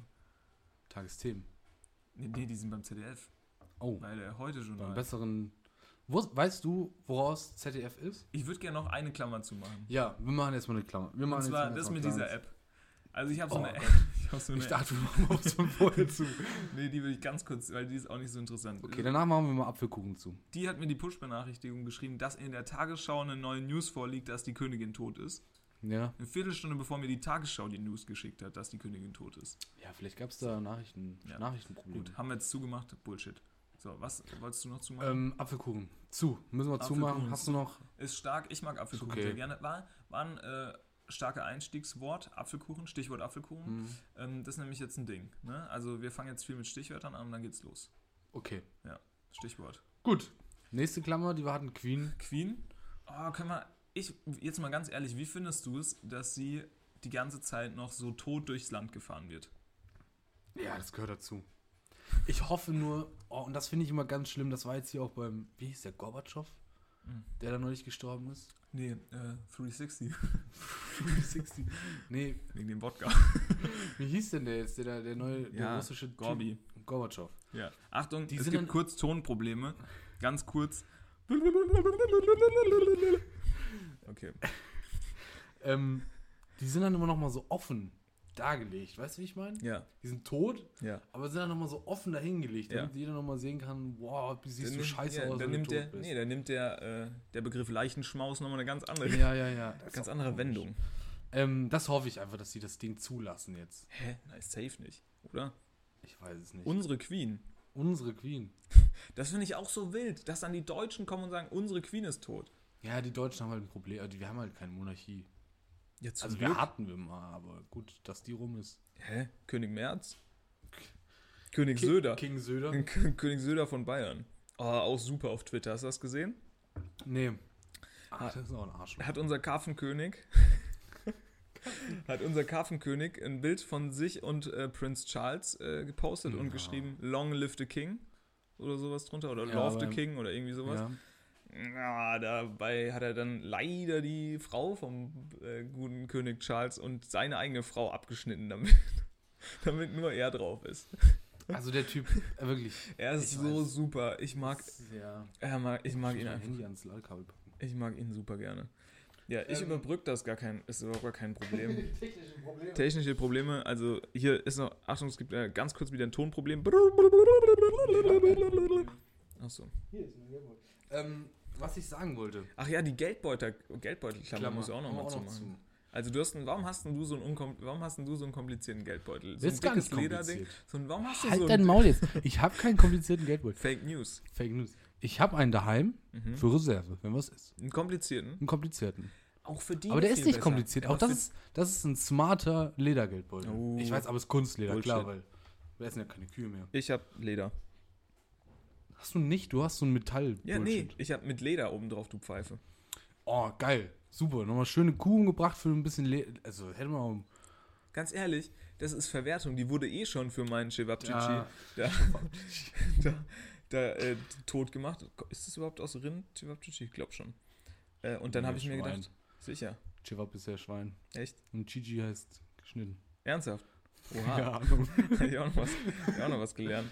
Speaker 4: Tagesthemen.
Speaker 3: Nee, nee, die sind beim ZDF.
Speaker 4: Oh,
Speaker 3: Bei der
Speaker 4: beim
Speaker 3: Heute-Journal.
Speaker 4: besseren. Wo, weißt du, woraus ZDF ist?
Speaker 3: Ich würde gerne noch eine Klammer zu machen.
Speaker 4: Ja, wir machen jetzt mal eine Klammer. Wir machen
Speaker 3: Und zwar
Speaker 4: jetzt mal
Speaker 3: das
Speaker 4: eine
Speaker 3: mit
Speaker 4: Klammer.
Speaker 3: dieser App. Also ich habe so
Speaker 4: Oh
Speaker 3: eine
Speaker 4: Gott.
Speaker 3: App. [LAUGHS] Ich habe so eine
Speaker 4: Ich dachte, wir machen auch so
Speaker 3: [LAUGHS]
Speaker 4: vorher zu.
Speaker 3: App. Nee, die will ich ganz kurz, weil die ist auch nicht so interessant.
Speaker 4: Okay, danach machen wir mal Apfelkuchen zu.
Speaker 3: Die hat mir die Push-Benachrichtigung geschrieben, dass in der Tagesschau eine neue News vorliegt, dass die Königin tot ist.
Speaker 4: Ja.
Speaker 3: Eine Viertelstunde bevor mir die Tagesschau die News geschickt hat, dass die Königin tot ist.
Speaker 4: Ja, vielleicht gab es da Nachrichten,
Speaker 3: Ja.
Speaker 4: Nachrichtenprobleme.
Speaker 3: Gut, haben wir jetzt zugemacht. Bullshit. So, was wolltest du noch zumachen?
Speaker 4: Ähm, Apfelkuchen. Zu. Müssen wir
Speaker 3: Apfelkuchen
Speaker 4: zumachen. Hast du noch?
Speaker 3: Ist stark. Ich mag Apfelkuchen
Speaker 4: okay.
Speaker 3: sehr gerne. War, war ein äh, starker Einstiegswort, Apfelkuchen, Stichwort Apfelkuchen.
Speaker 4: Mhm.
Speaker 3: Ähm, das ist nämlich jetzt ein Ding. Ne? Also wir fangen jetzt viel mit Stichwörtern an und dann geht's los.
Speaker 4: Okay.
Speaker 3: Stichwort.
Speaker 4: Gut. Nächste Klammer, die wir hatten, Queen.
Speaker 3: Queen. Oh, können wir. Ich, jetzt mal ganz ehrlich, wie findest du es, dass sie die ganze Zeit noch so tot durchs Land gefahren wird?
Speaker 4: Ja, das gehört dazu. Ich hoffe nur, oh, und das finde ich immer ganz schlimm, das war jetzt hier auch beim, wie hieß der, Gorbatschow?
Speaker 3: Hm.
Speaker 4: Der da neulich gestorben ist.
Speaker 3: Nee, äh, [LAUGHS] 360.
Speaker 4: 60. Nee,
Speaker 3: Wegen dem Wodka.
Speaker 4: wie hieß denn der jetzt, der, da- der neue, der
Speaker 3: Ja,
Speaker 4: russische Typ?
Speaker 3: Gorbi.
Speaker 4: Gorbatschow.
Speaker 3: [LAUGHS] Ja. Achtung,
Speaker 4: Die
Speaker 3: es
Speaker 4: sind
Speaker 3: gibt
Speaker 4: dann-
Speaker 3: kurz Tonprobleme. Ganz kurz. Okay.
Speaker 4: Ähm, die sind dann immer noch mal so offen dargelegt, weißt du, wie ich meine?
Speaker 3: Ja,
Speaker 4: Die sind tot,
Speaker 3: ja.
Speaker 4: aber sind dann noch mal so offen dahingelegt, damit
Speaker 3: Ja.
Speaker 4: jeder noch mal sehen kann, wow, wie siehst
Speaker 3: Dann
Speaker 4: du
Speaker 3: nimmt-
Speaker 4: scheiße
Speaker 3: ja,
Speaker 4: aus,
Speaker 3: dann
Speaker 4: wenn
Speaker 3: nimmt
Speaker 4: du
Speaker 3: der,
Speaker 4: tot bist.
Speaker 3: nee, dann nimmt der, äh, der Begriff Leichenschmaus nochmal eine ganz andere,
Speaker 4: ja, ja, ja. Das ist
Speaker 3: ganz
Speaker 4: auch
Speaker 3: andere
Speaker 4: komisch.
Speaker 3: Wendung.
Speaker 4: Ähm, das hoffe ich einfach, dass sie das Ding zulassen jetzt.
Speaker 3: Hä? Nein, safe nicht, oder?
Speaker 4: Ich weiß es nicht.
Speaker 3: Unsere Queen.
Speaker 4: Unsere Queen.
Speaker 3: Das finde ich auch so wild, dass dann die Deutschen kommen und sagen, unsere Queen ist tot.
Speaker 4: Ja, die Deutschen haben halt ein Problem. Also, wir haben halt keine Monarchie.
Speaker 3: Jetzt
Speaker 4: Also, wir hatten wir mal, aber gut, dass die rum ist.
Speaker 3: Hä? König Merz? König Söder. [LAUGHS] Hm.
Speaker 4: King Söder?
Speaker 3: König Söder von Bayern. Oh, auch super auf Twitter, hast du das gesehen?
Speaker 4: Nee. Ah, das ist auch ein Arschloch.
Speaker 3: hat unser
Speaker 4: [LAUGHS]
Speaker 3: Karfenkönig hat unser Karfenkönig ein Bild von sich und äh, Prinz Charles äh, gepostet und geschrieben Long live the King oder sowas drunter oder
Speaker 4: Ja,
Speaker 3: Love the
Speaker 4: aber-
Speaker 3: King oder irgendwie sowas.
Speaker 4: Ja.
Speaker 3: Na, dabei hat er dann leider die Frau vom äh, guten König Charles und seine eigene Frau abgeschnitten, damit, [LAUGHS] damit nur er drauf ist.
Speaker 4: Also, der Typ,
Speaker 3: [LAUGHS]
Speaker 4: äh, wirklich.
Speaker 3: Er ist
Speaker 4: Ich
Speaker 3: so
Speaker 4: weiß.
Speaker 3: super. Ich mag,
Speaker 4: Ja.
Speaker 3: er mag, ich mag
Speaker 4: Ich
Speaker 3: ihn
Speaker 4: mein
Speaker 3: einfach.
Speaker 4: Handy ans Ladekabel packen.
Speaker 3: Ich mag ihn super gerne. Ja, ich
Speaker 4: Ähm.
Speaker 3: überbrück das gar kein, ist überhaupt gar kein
Speaker 4: [LAUGHS]
Speaker 3: Problem. Technische Probleme. Technische Probleme, also hier ist noch, Achtung, es gibt äh, ganz kurz wieder ein Tonproblem. Achso.
Speaker 4: Ähm, was ich sagen wollte.
Speaker 3: Ach ja, die Geldbeutel, Geldbeutelklammer muss ich auch
Speaker 4: kommen
Speaker 3: nochmal
Speaker 4: wir
Speaker 3: zu
Speaker 4: noch
Speaker 3: machen. Also du hast einen, warum hast denn du so einen unkom warum hast denn du so einen komplizierten Geldbeutel? So
Speaker 4: Das
Speaker 3: ein
Speaker 4: ist gar
Speaker 3: dickes
Speaker 4: nicht
Speaker 3: Lederding. So ein, warum hast du so
Speaker 4: Halt dein
Speaker 3: ein
Speaker 4: Maul jetzt. Ich habe keinen komplizierten Geldbeutel.
Speaker 3: Fake Mhm. News?
Speaker 4: Fake News. Ich habe einen daheim für Reserve, wenn was ist.
Speaker 3: Einen komplizierten?
Speaker 4: Einen komplizierten.
Speaker 3: Auch für die.
Speaker 4: Aber der
Speaker 3: viel
Speaker 4: ist nicht
Speaker 3: besser.
Speaker 4: kompliziert.
Speaker 3: Der
Speaker 4: Auch
Speaker 3: macht
Speaker 4: das
Speaker 3: für-
Speaker 4: ist, das ist ein smarter Ledergeldbeutel.
Speaker 3: Oh.
Speaker 4: Ich weiß, aber es ist Kunstleder,
Speaker 3: Bullshit.
Speaker 4: klar, weil Wir essen ja keine Kühe mehr.
Speaker 3: Ich habe Leder.
Speaker 4: Hast du nicht? Du hast so ein Metall.
Speaker 3: Ja,
Speaker 4: Bullshit.
Speaker 3: nee, ich habe mit Leder oben drauf, du Pfeife.
Speaker 4: Oh, geil. Super. Nochmal schöne Kuh umgebracht für ein bisschen Le Also, hätten wir auch.
Speaker 3: Ganz ehrlich, das ist Verwertung. Die wurde eh schon für meinen Chewabchichi
Speaker 4: Ja.
Speaker 3: da, [LAUGHS] da, da äh, tot gemacht. Ist das überhaupt aus Rind, Chewabchichi? Ich glaube schon. Äh, und dann habe ich mir gedacht, sicher,
Speaker 4: Chivap ist ja Schwein.
Speaker 3: echt,
Speaker 4: Und Gigi heißt geschnitten.
Speaker 3: ernsthaft. Oha.
Speaker 4: Keine Ahnung.
Speaker 3: [LAUGHS] Hätte ich auch noch was, hätte ich auch noch was gelernt.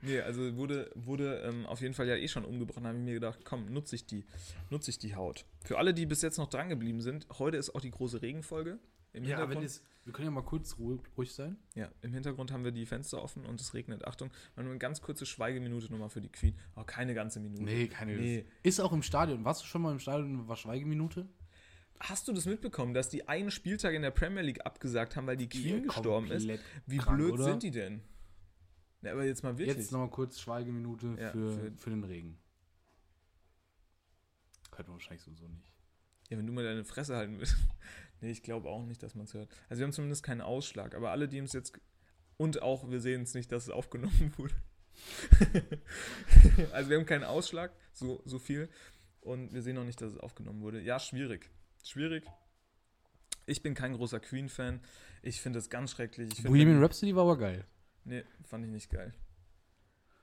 Speaker 3: Nee, also wurde, wurde ähm, auf jeden Fall ja eh schon umgebrochen. Da habe ich mir gedacht, komm, nutze ich die, nutze ich die Haut. Für alle, die bis jetzt noch dran geblieben sind, heute ist auch die große Regenfolge. Im
Speaker 4: Ja, wenn
Speaker 3: Hintergrund,
Speaker 4: es. Wir können ja mal kurz ruhig, ruhig sein.
Speaker 3: ja, im Hintergrund haben wir die Fenster offen und es regnet. Achtung, mal nur eine ganz kurze Schweigeminute nochmal für die Queen. Oh, keine ganze Minute.
Speaker 4: keine
Speaker 3: Nee.
Speaker 4: Ist auch im Stadion. Warst du schon mal im Stadion und war Schweigeminute?
Speaker 3: Hast du das mitbekommen, dass die einen Spieltag in der Premier League abgesagt haben, weil die Queen gestorben ist?
Speaker 4: Komplett
Speaker 3: Wie
Speaker 4: krank,
Speaker 3: blöd
Speaker 4: oder?
Speaker 3: sind die denn? Na, aber jetzt mal wirklich.
Speaker 4: Jetzt nochmal kurz Schweigeminute
Speaker 3: Ja,
Speaker 4: für,
Speaker 3: für-
Speaker 4: für, den Regen. Könnte man wahrscheinlich sowieso nicht.
Speaker 3: Ja, wenn du mal deine Fresse halten willst. [LAUGHS] nee, ich glaube auch nicht, dass man es hört. Also wir haben zumindest keinen Ausschlag, aber alle, die uns jetzt. ge- Und auch, wir sehen es nicht, dass es aufgenommen wurde. [LAUGHS] also wir haben keinen Ausschlag, so, so viel. Und wir sehen auch nicht, dass es aufgenommen wurde. Ja, schwierig. Schwierig. Ich bin kein großer Queen-Fan. Ich finde es ganz schrecklich. Ich finde-
Speaker 4: Bohemian Rhapsody war aber geil.
Speaker 3: Nee, fand ich nicht geil.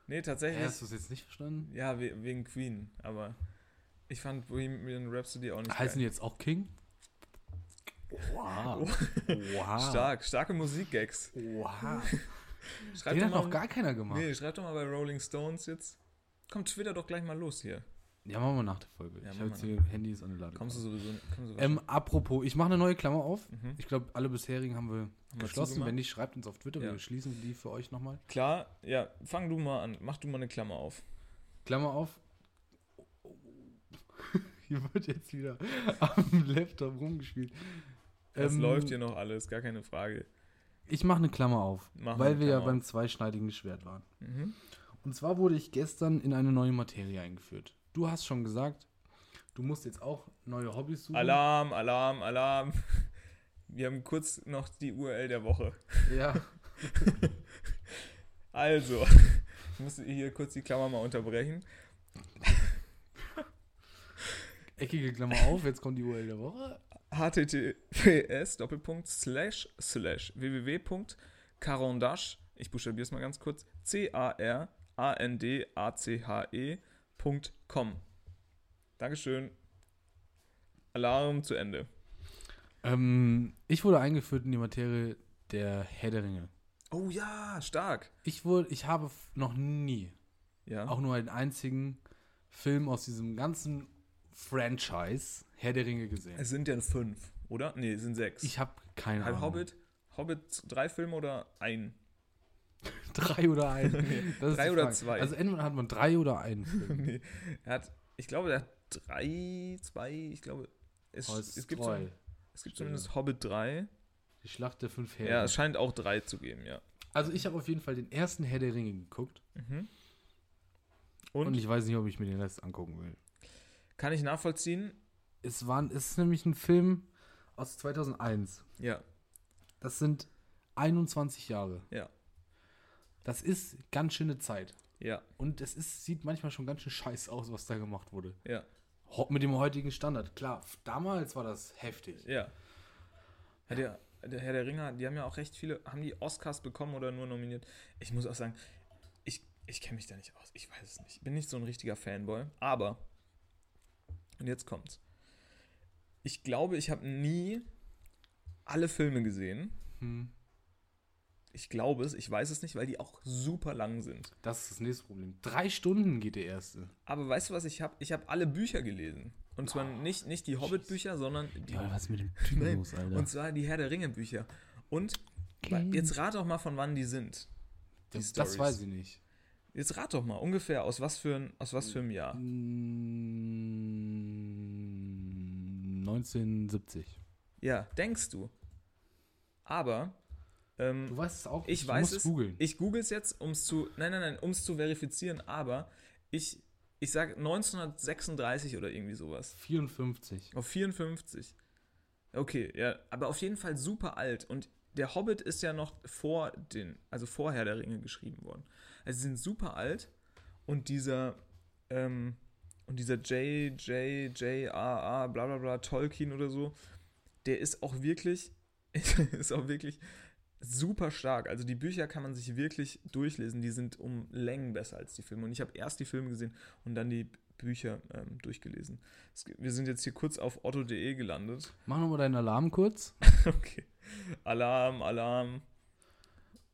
Speaker 3: Nee, tatsächlich.
Speaker 4: hast du es jetzt nicht verstanden?
Speaker 3: Ja, we wegen Queen. Aber ich fand Bohemian Rhapsody auch nicht
Speaker 4: Heißen
Speaker 3: geil.
Speaker 4: die jetzt auch King? Wow. wow.
Speaker 3: Stark, starke Musikgags.
Speaker 4: Wow.
Speaker 3: Schreibt
Speaker 4: Den
Speaker 3: doch
Speaker 4: hat
Speaker 3: mal,
Speaker 4: noch gar keiner gemacht.
Speaker 3: nee, schreibt doch mal bei Rolling Stones jetzt. Komm, Twitter doch gleich mal los hier.
Speaker 4: Ja, machen wir nach der Folge.
Speaker 3: Ja,
Speaker 4: ich
Speaker 3: machen
Speaker 4: habe
Speaker 3: wir
Speaker 4: jetzt hier Handys an der Lade.
Speaker 3: Kommst du sowieso kommst du
Speaker 4: ähm, apropos, ich mache eine neue Klammer auf.
Speaker 3: Mhm.
Speaker 4: Ich glaube, alle bisherigen haben wir
Speaker 3: wir
Speaker 4: geschlossen.
Speaker 3: zugemacht?
Speaker 4: Wenn nicht, schreibt uns auf Twitter.
Speaker 3: Ja.
Speaker 4: Wir schließen die für euch nochmal.
Speaker 3: Klar, ja, fang du mal an. Mach du mal eine Klammer auf.
Speaker 4: Klammer auf. [LAUGHS] hier wird jetzt wieder am Laptop rumgespielt.
Speaker 3: Es
Speaker 4: Ähm,
Speaker 3: läuft hier noch alles, gar keine Frage.
Speaker 4: Ich mache eine Klammer auf,
Speaker 3: Mach
Speaker 4: weil
Speaker 3: eine
Speaker 4: wir ja
Speaker 3: Klammer auf.
Speaker 4: beim zweischneidigen Schwert waren.
Speaker 3: Mhm.
Speaker 4: Und zwar wurde ich gestern in eine neue Materie eingeführt. Du hast schon gesagt, du musst jetzt auch neue Hobbys suchen.
Speaker 3: Alarm, Alarm, Alarm. [LAUGHS] Wir haben kurz noch die URL der Woche.
Speaker 4: [LAUGHS] Ja.
Speaker 3: Also, [LAUGHS] ich muss hier kurz die Klammer mal unterbrechen.
Speaker 4: Eckige Klammer auf, jetzt kommt die URL der Woche.
Speaker 3: https doppelpunkt slash slash www.carondache, ich buchstabiere es mal ganz kurz, c a r a n d a c h e punkt com. Dankeschön. Alarm zu Ende.
Speaker 4: Ähm, ich wurde eingeführt in die Materie der Herr der Ringe.
Speaker 3: Oh ja, stark.
Speaker 4: Ich, wurde, ich habe f- noch nie,
Speaker 3: Ja.
Speaker 4: auch nur einen einzigen Film aus diesem ganzen Franchise Herr der Ringe gesehen.
Speaker 3: es sind ja fünf, oder? Nee, es sind sechs.
Speaker 4: ich habe keine
Speaker 3: Halb
Speaker 4: Ahnung.
Speaker 3: Hobbit, Hobbit drei Filme oder ein?
Speaker 4: [LAUGHS] Drei
Speaker 3: [LAUGHS]
Speaker 4: oder ein. Das ist
Speaker 3: Drei
Speaker 4: die
Speaker 3: oder
Speaker 4: Frage.
Speaker 3: zwei.
Speaker 4: Also entweder hat man drei oder einen Film.
Speaker 3: [LAUGHS] nee. Er hat, ich glaube, er hat drei, zwei, ich glaube, es,
Speaker 4: Oh, es
Speaker 3: es gibt,
Speaker 4: drei.
Speaker 3: zum, es gibt zumindest Hobbit 3.
Speaker 4: Die Schlacht der fünf
Speaker 3: Ja,
Speaker 4: Herren.
Speaker 3: es scheint auch drei zu geben, ja.
Speaker 4: also ich habe auf jeden Fall den ersten Herr der Ringe geguckt.
Speaker 3: Mhm. Und,
Speaker 4: Und ich weiß nicht, ob ich mir den Rest angucken will.
Speaker 3: kann ich nachvollziehen?
Speaker 4: Es, waren, es ist nämlich ein Film aus 2001.
Speaker 3: Ja.
Speaker 4: Das sind 21 Jahre.
Speaker 3: Ja.
Speaker 4: Das ist ganz schöne Zeit.
Speaker 3: Ja,
Speaker 4: Und es ist, sieht manchmal schon ganz schön scheiß aus, was da gemacht wurde.
Speaker 3: ja,
Speaker 4: Ho- Mit dem heutigen Standard. Klar, f- damals war das heftig.
Speaker 3: ja. Hat ja. Der Herr der Ringer, die haben ja auch recht viele, haben die Oscars bekommen oder nur nominiert? Ich muss auch sagen, ich, ich kenne mich da nicht aus. Ich weiß es nicht. Bin nicht so ein richtiger Fanboy. Aber, und jetzt kommt's. Ich glaube, ich habe nie alle Filme gesehen.
Speaker 4: Hm.
Speaker 3: Ich glaube es, ich weiß es nicht, weil die auch super lang sind.
Speaker 4: Das ist das nächste Problem. Drei Stunden geht der erste.
Speaker 3: Aber weißt du, was ich habe? Ich habe alle Bücher gelesen. Und zwar nicht, nicht die Hobbit-Bücher, sondern die,
Speaker 4: Ah, was ist
Speaker 3: [LAUGHS]
Speaker 4: mit dem Typen
Speaker 3: Nein, Und zwar die Herr der Ringe Bücher. Und wa- jetzt rat doch mal, von wann die sind.
Speaker 4: das,
Speaker 3: Stories.
Speaker 4: das weiß ich nicht.
Speaker 3: Jetzt rat doch mal ungefähr aus was für ein, aus was für einem Jahr.
Speaker 4: Mm, 1970.
Speaker 3: Ja, denkst du. Aber ähm,
Speaker 4: Du weißt es auch.
Speaker 3: ich
Speaker 4: nicht.
Speaker 3: weiß
Speaker 4: du
Speaker 3: es.
Speaker 4: musst googeln.
Speaker 3: Ich google es jetzt, um es zu nein nein nein, um es zu verifizieren. Aber ich ich sag 1936 oder irgendwie sowas.
Speaker 4: 54.
Speaker 3: Auf 54. Okay, ja, aber auf jeden Fall super alt und der Hobbit ist ja noch vor den, also vorher der Ringe geschrieben worden. Also sie sind super alt und dieser, ähm, und dieser J, J, J, A, A, bla bla bla, Tolkien oder so, der ist auch wirklich, [LAUGHS] ist auch wirklich super stark. Also die Bücher kann man sich wirklich durchlesen, die sind um Längen besser als die Filme. Und ich habe erst die Filme gesehen und dann die Bücher ähm, durchgelesen. Es, gibt- wir sind jetzt hier kurz auf otto.de gelandet.
Speaker 4: [LAUGHS] Mach nochmal deinen Alarm kurz.
Speaker 3: Okay. Alarm, Alarm.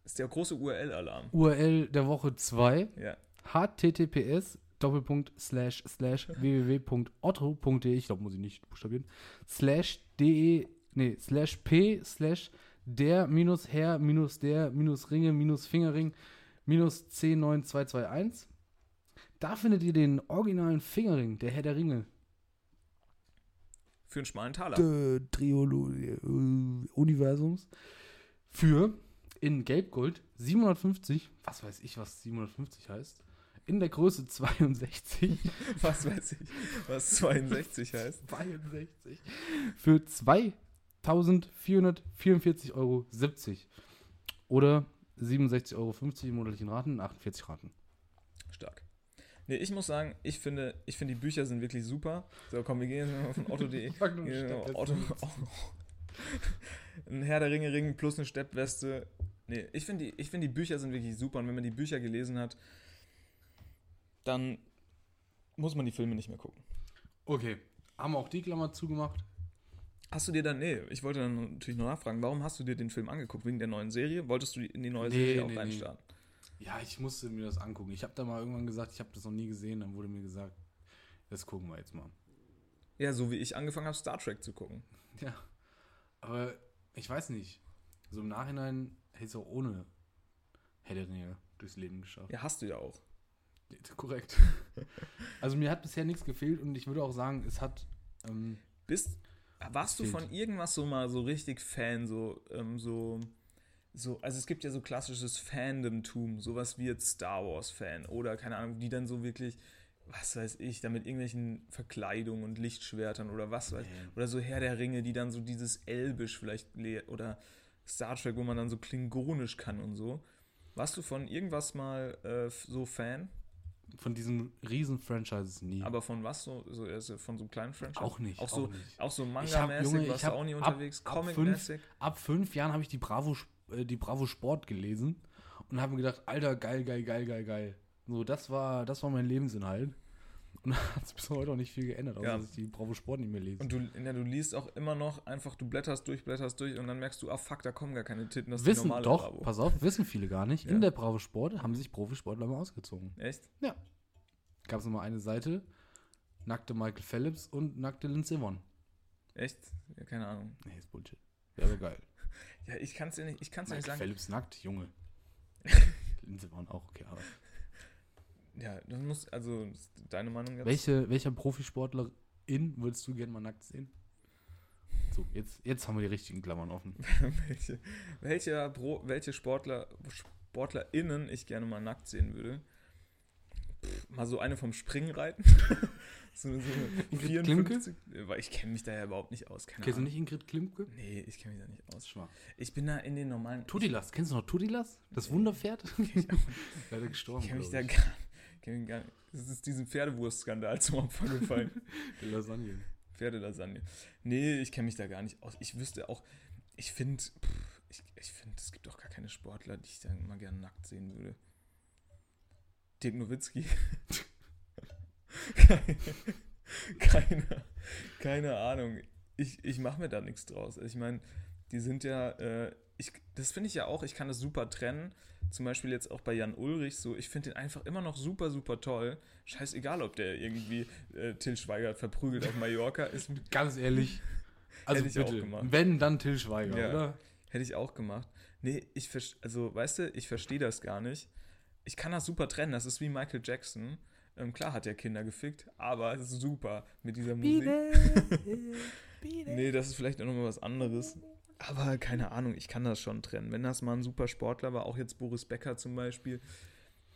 Speaker 3: Ist der große URL-Alarm.
Speaker 4: URL der Woche 2.
Speaker 3: Ja.
Speaker 4: https doppelpunkt slash slash www.otto.de ich glaube muss ich nicht buchstabieren slash de nee slash p slash der minus herr minus der minus ringe minus fingerring minus c9221 da findet ihr den originalen Fingerring der Herr der Ringe
Speaker 3: Für einen schmalen Taler.
Speaker 4: äh, Triologie äh, Universums für in Gelbgold 750, was weiß ich, was 750 heißt, in der Größe [LAUGHS] 62,
Speaker 3: Was weiß ich, was 62 heißt.
Speaker 4: 62 für 2444,70 Euro oder 67,50 Euro im monatlichen Raten, 48 Raten.
Speaker 3: Stark. Nee, ich muss sagen, ich finde, ich finde, die Bücher sind wirklich super. So, komm, wir gehen jetzt mal von otto.de.
Speaker 4: Sag nur
Speaker 3: Gehen wir mal auf
Speaker 4: Steppweste.
Speaker 3: Otto. [LAUGHS] Ein Herr der Ringe Ring plus eine Steppweste. Nee, ich finde, die, ich finde, die Bücher sind wirklich super. Und wenn man die Bücher gelesen hat, dann muss man die Filme nicht mehr gucken.
Speaker 4: Okay, haben wir auch die Klammer zugemacht?
Speaker 3: Hast du dir dann, nee, ich wollte dann natürlich nur nachfragen, warum hast du dir den Film angeguckt? Wegen der neuen Serie? Wolltest du in die neue
Speaker 4: Nee,
Speaker 3: Serie
Speaker 4: nee,
Speaker 3: auch
Speaker 4: nee.
Speaker 3: reinstarten?
Speaker 4: Ja, ich musste mir das angucken. Ich habe da mal irgendwann gesagt, ich habe das noch nie gesehen, dann wurde mir gesagt, das gucken wir jetzt mal.
Speaker 3: Ja, so wie ich angefangen habe, Star Trek zu gucken.
Speaker 4: Ja. Aber ich weiß nicht. So im Nachhinein hätte es auch ohne Herr der Ringe durchs Leben geschafft.
Speaker 3: Ja, hast du ja auch.
Speaker 4: Ja, [LAUGHS] Korrekt. also mir hat bisher nichts gefehlt und ich würde auch sagen, es hat. Ähm,
Speaker 3: Bist, warst du
Speaker 4: Fehlt.
Speaker 3: von irgendwas so mal so richtig Fan, so, ähm, so, so, also es gibt ja so klassisches Fandomtum, sowas wie jetzt Star Wars Fan oder keine Ahnung, die dann so wirklich, was weiß ich, dann mit irgendwelchen Verkleidungen und Lichtschwertern oder was weiß
Speaker 4: Nee.
Speaker 3: oder so Herr der Ringe, die dann so dieses Elbisch vielleicht le- oder Star Trek, wo man dann so klingonisch kann und so. Warst du von irgendwas mal äh, f- so Fan?
Speaker 4: von diesem riesen Franchise nie.
Speaker 3: Aber von was so? so also von so einem kleinen Franchise?
Speaker 4: Auch nicht,
Speaker 3: Auch so,
Speaker 4: auch nicht.
Speaker 3: auch so
Speaker 4: ich habe Junge,
Speaker 3: Manga-mäßig
Speaker 4: ich
Speaker 3: warst du
Speaker 4: habe
Speaker 3: auch nie
Speaker 4: ab,
Speaker 3: unterwegs?
Speaker 4: ab, fünf,
Speaker 3: Comic-mäßig?
Speaker 4: ab fünf Jahren habe ich die Bravo, Sp- äh, die Bravo Sport gelesen und habe mir gedacht, Alter, geil, geil, geil, geil, geil. So, das war, das war mein Lebensinhalt. Und [LAUGHS] da hat es bis heute auch nicht viel geändert, außer
Speaker 3: Ja.
Speaker 4: dass ich die Bravo Sport nicht mehr lese.
Speaker 3: Und du, ja, du liest auch immer noch einfach, du blätterst durch, blätterst durch und dann merkst du, ah fuck, da kommen gar keine Titten, das ist die
Speaker 4: Wissen
Speaker 3: normale
Speaker 4: doch,
Speaker 3: Bravo.
Speaker 4: pass auf, wissen viele gar nicht.
Speaker 3: Ja.
Speaker 4: In der Bravo Sport haben sich Profisportler mal ausgezogen.
Speaker 3: Echt?
Speaker 4: Ja. Gab es nochmal eine Seite, nackte Michael Phillips und nackte Lindsay Vonn.
Speaker 3: Echt? Ja, keine Ahnung.
Speaker 4: Nee, ist Bullshit. Wäre aber geil.
Speaker 3: Ja, ich kann es dir nicht, ich kann's dir nicht
Speaker 4: Michael
Speaker 3: sagen.
Speaker 4: Phillips nackt, Junge.
Speaker 3: [LAUGHS]
Speaker 4: Lindsay Vonn auch, okay. Aber.
Speaker 3: Ja, du musst, also deine Meinung dazu?
Speaker 4: Welche, welcher Profisportlerin würdest du gerne mal nackt sehen? So, jetzt, jetzt haben wir die richtigen Klammern offen.
Speaker 3: welche, welcher Pro, welche Sportler, SportlerInnen ich gerne mal nackt sehen würde. Pff, mal so eine vom Springreiten. [LAUGHS] so, eine- so eine
Speaker 4: Ingrid Klimke?
Speaker 3: 54. Weil ich kenne mich da ja überhaupt nicht aus. Keine
Speaker 4: Kennst du
Speaker 3: Ahnung.
Speaker 4: nicht Ingrid Klimke?
Speaker 3: Nee, ich kenne mich da nicht aus.
Speaker 4: Schwach.
Speaker 3: Ich bin da in den normalen.
Speaker 4: Tudilas, kennst du noch Tudilas? Das
Speaker 3: [LAUGHS]
Speaker 4: Wunderpferd? Leider gestorben.
Speaker 3: Ich kenne mich da
Speaker 4: glaub ich.
Speaker 3: gar, kenn mich gar nicht. Es ist diesem Pferdewurstskandal zum Opfer gefallen.
Speaker 4: [LAUGHS] Die Lasagne.
Speaker 3: Pferdelasagne. Nee, ich kenne mich da gar nicht aus. Ich wüsste auch, ich finde, ich, ich finde, es gibt auch gar keine Sportler, die ich da mal gerne nackt sehen würde. Dirk Nowitzki. [LAUGHS] keine, keine, keine Ahnung. Ich, ich mache mir da nichts draus. Also ich meine, die sind ja, äh, ich, das finde ich ja auch, ich kann das super trennen. Zum Beispiel jetzt auch bei Jan Ulrich so, ich finde den einfach immer noch super, super toll. Scheißegal, ob der irgendwie äh, Till Schweiger verprügelt auf Mallorca ist.
Speaker 4: Ganz ehrlich. Also
Speaker 3: Hätte ich auch
Speaker 4: bitte,
Speaker 3: gemacht.
Speaker 4: wenn, dann Till Schweiger,
Speaker 3: Ja.
Speaker 4: oder?
Speaker 3: Hätte ich auch gemacht. Nee, ich verstehe, also weißt du, ich verstehe das gar nicht. Ich kann das super trennen. Das ist wie Michael Jackson. Ähm, klar hat er Kinder gefickt, aber es ist super mit dieser Musik. [LAUGHS] nee, das ist vielleicht auch nochmal was anderes. Aber keine Ahnung, ich kann das schon trennen. Wenn das mal ein super Sportler war, auch jetzt Boris Becker zum Beispiel,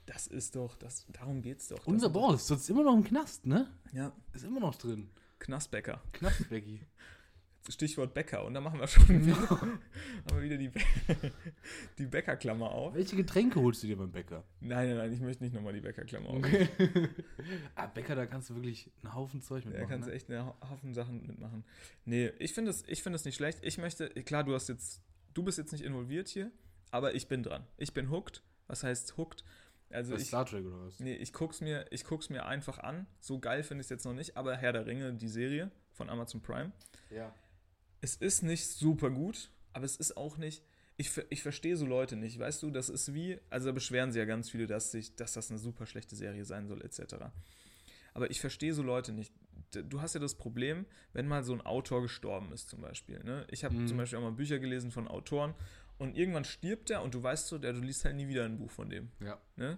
Speaker 3: das ist doch, das, darum geht's doch. Das
Speaker 4: Unser
Speaker 3: sind doch-
Speaker 4: Boss sitzt immer noch im Knast, ne?
Speaker 3: Ja,
Speaker 4: Ist immer noch drin.
Speaker 3: Knastbecker.
Speaker 4: Knast, Becky.
Speaker 3: Stichwort Bäcker. Und da machen
Speaker 4: [LAUGHS]
Speaker 3: wir schon [LAUGHS] wieder, haben wir wieder die, Bä- [LAUGHS] die Bäckerklammer auf.
Speaker 4: Welche Getränke holst du dir beim Bäcker?
Speaker 3: Nein, nein, nein, ich möchte nicht nochmal die Bäckerklammer auf.
Speaker 4: Okay. [LAUGHS] ah, Bäcker, da kannst du wirklich einen Haufen Zeug
Speaker 3: Da
Speaker 4: mitmachen.
Speaker 3: kannst du
Speaker 4: ne?
Speaker 3: echt einen Haufen Sachen mitmachen. Nee, ich finde es ich find es nicht schlecht. Ich möchte, klar, du hast jetzt, du bist jetzt nicht involviert hier, aber ich bin dran. Ich bin hooked. Was heißt hooked? Also
Speaker 4: Bei
Speaker 3: ich,
Speaker 4: Star Trek oder was?
Speaker 3: nee, ich guck's mir, ich guck's mir einfach an. So geil finde ich es jetzt noch nicht, aber Herr der Ringe, die Serie von Amazon Prime.
Speaker 4: Ja.
Speaker 3: Es ist nicht super gut, aber es ist auch nicht. Ich, ver- ich verstehe so Leute nicht, weißt du, das ist wie, also da beschweren sie ja ganz viele, dass, sich, dass das eine super schlechte Serie sein soll, etc. Aber ich verstehe so Leute nicht. D- Du hast ja das Problem, wenn mal so ein Autor gestorben ist, zum Beispiel. Ne? Ich habe
Speaker 4: Mhm.
Speaker 3: zum Beispiel auch mal Bücher gelesen von Autoren und irgendwann stirbt er und du weißt so, der, du liest halt nie wieder ein Buch von dem.
Speaker 4: Ja.
Speaker 3: Ne?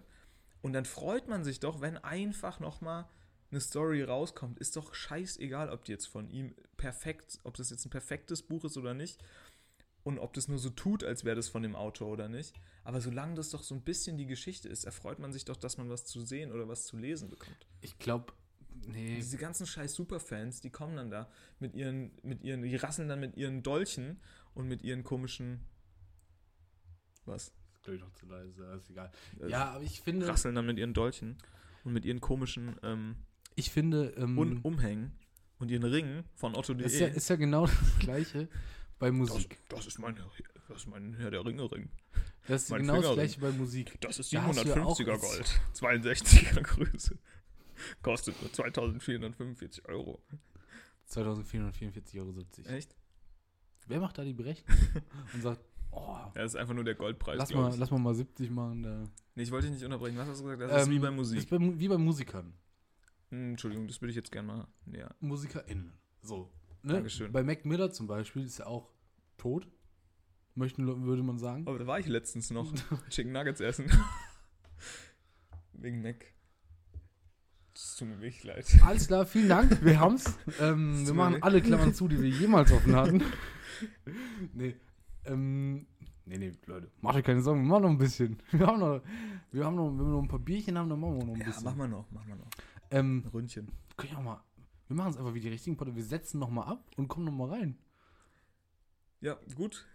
Speaker 3: Und dann freut man sich doch, wenn einfach nochmal eine Story rauskommt. Ist doch scheißegal, ob die jetzt von ihm perfekt, ob das jetzt ein perfektes Buch ist oder nicht. Und ob das nur so tut, als wäre das von dem Autor oder nicht. Aber solange das doch so ein bisschen die Geschichte ist, erfreut man sich doch, dass man was zu sehen oder was zu lesen bekommt.
Speaker 4: Ich glaube, nee.
Speaker 3: Diese ganzen scheiß Superfans, die kommen dann da mit ihren, mit ihren, die rasseln dann mit ihren Dolchen und mit ihren komischen. Was?
Speaker 4: glaube ich noch zu leise, aber ist egal. Ja, aber ich finde,
Speaker 3: Rasseln dann mit ihren Dolchen und mit ihren komischen. Ähm,
Speaker 4: ich finde, ähm,
Speaker 3: und um E. umhängen und ihren Ring von Otto.de.
Speaker 4: das ist ja, ist ja genau [LAUGHS] das Gleiche bei
Speaker 3: das,
Speaker 4: Musik.
Speaker 3: das ist mein, das ist mein Herr der Ringe-Ring.
Speaker 4: Das ist
Speaker 3: mein
Speaker 4: genau das
Speaker 3: Fingerring.
Speaker 4: Gleiche bei Musik.
Speaker 3: Das ist
Speaker 4: Da hast du ja auch
Speaker 3: 750er
Speaker 4: jetzt-
Speaker 3: Gold. 62er [LAUGHS] Größe. Kostet nur 2445 Euro.
Speaker 4: 2444,70 Euro.
Speaker 3: Echt?
Speaker 4: Wer macht da
Speaker 3: [LAUGHS]
Speaker 4: die Berechnung und sagt, oh,
Speaker 3: Ja, das ist einfach nur der Goldpreis.
Speaker 4: lass,
Speaker 3: glaub
Speaker 4: mal,
Speaker 3: ich.
Speaker 4: lass mal mal 70 machen. Da.
Speaker 3: Nee, ich wollte dich nicht unterbrechen. Was hast du gesagt? Das ist
Speaker 4: Ähm,
Speaker 3: wie bei
Speaker 4: Ist
Speaker 3: Musik.
Speaker 4: bei, Mu- wie bei Musikern.
Speaker 3: Hm, Entschuldigung, das würde ich jetzt gerne mal. Ja.
Speaker 4: MusikerInnen. So. Ne?
Speaker 3: Dankeschön.
Speaker 4: Bei Mac Miller zum Beispiel ist er auch tot. Möchten, Leute- würde man sagen.
Speaker 3: Aber da war ich letztens
Speaker 4: [LAUGHS]
Speaker 3: noch. Chicken Nuggets essen. Wegen Mac. Das tut mir wirklich leid.
Speaker 4: Alles klar, vielen Dank.
Speaker 3: [LAUGHS]
Speaker 4: Wir haben's. Ähm, wir
Speaker 3: tut mir
Speaker 4: machen
Speaker 3: leid.
Speaker 4: alle Klammern zu, die wir jemals
Speaker 3: [LAUGHS]
Speaker 4: offen hatten. nee. Ähm, nee, nee, Leute. Macht euch keine Sorgen, wir machen noch ein bisschen. Wir haben noch, wir haben noch, wenn wir noch ein paar Bierchen haben, dann machen wir noch ein
Speaker 3: Ja,
Speaker 4: bisschen.
Speaker 3: mach mal noch, mach mal noch.
Speaker 4: Ähm,
Speaker 3: Ein Ründchen.
Speaker 4: können wir auch mal. Wir machen es einfach wie die richtigen Potte. Wir setzen nochmal ab und kommen nochmal rein.
Speaker 3: Ja, gut.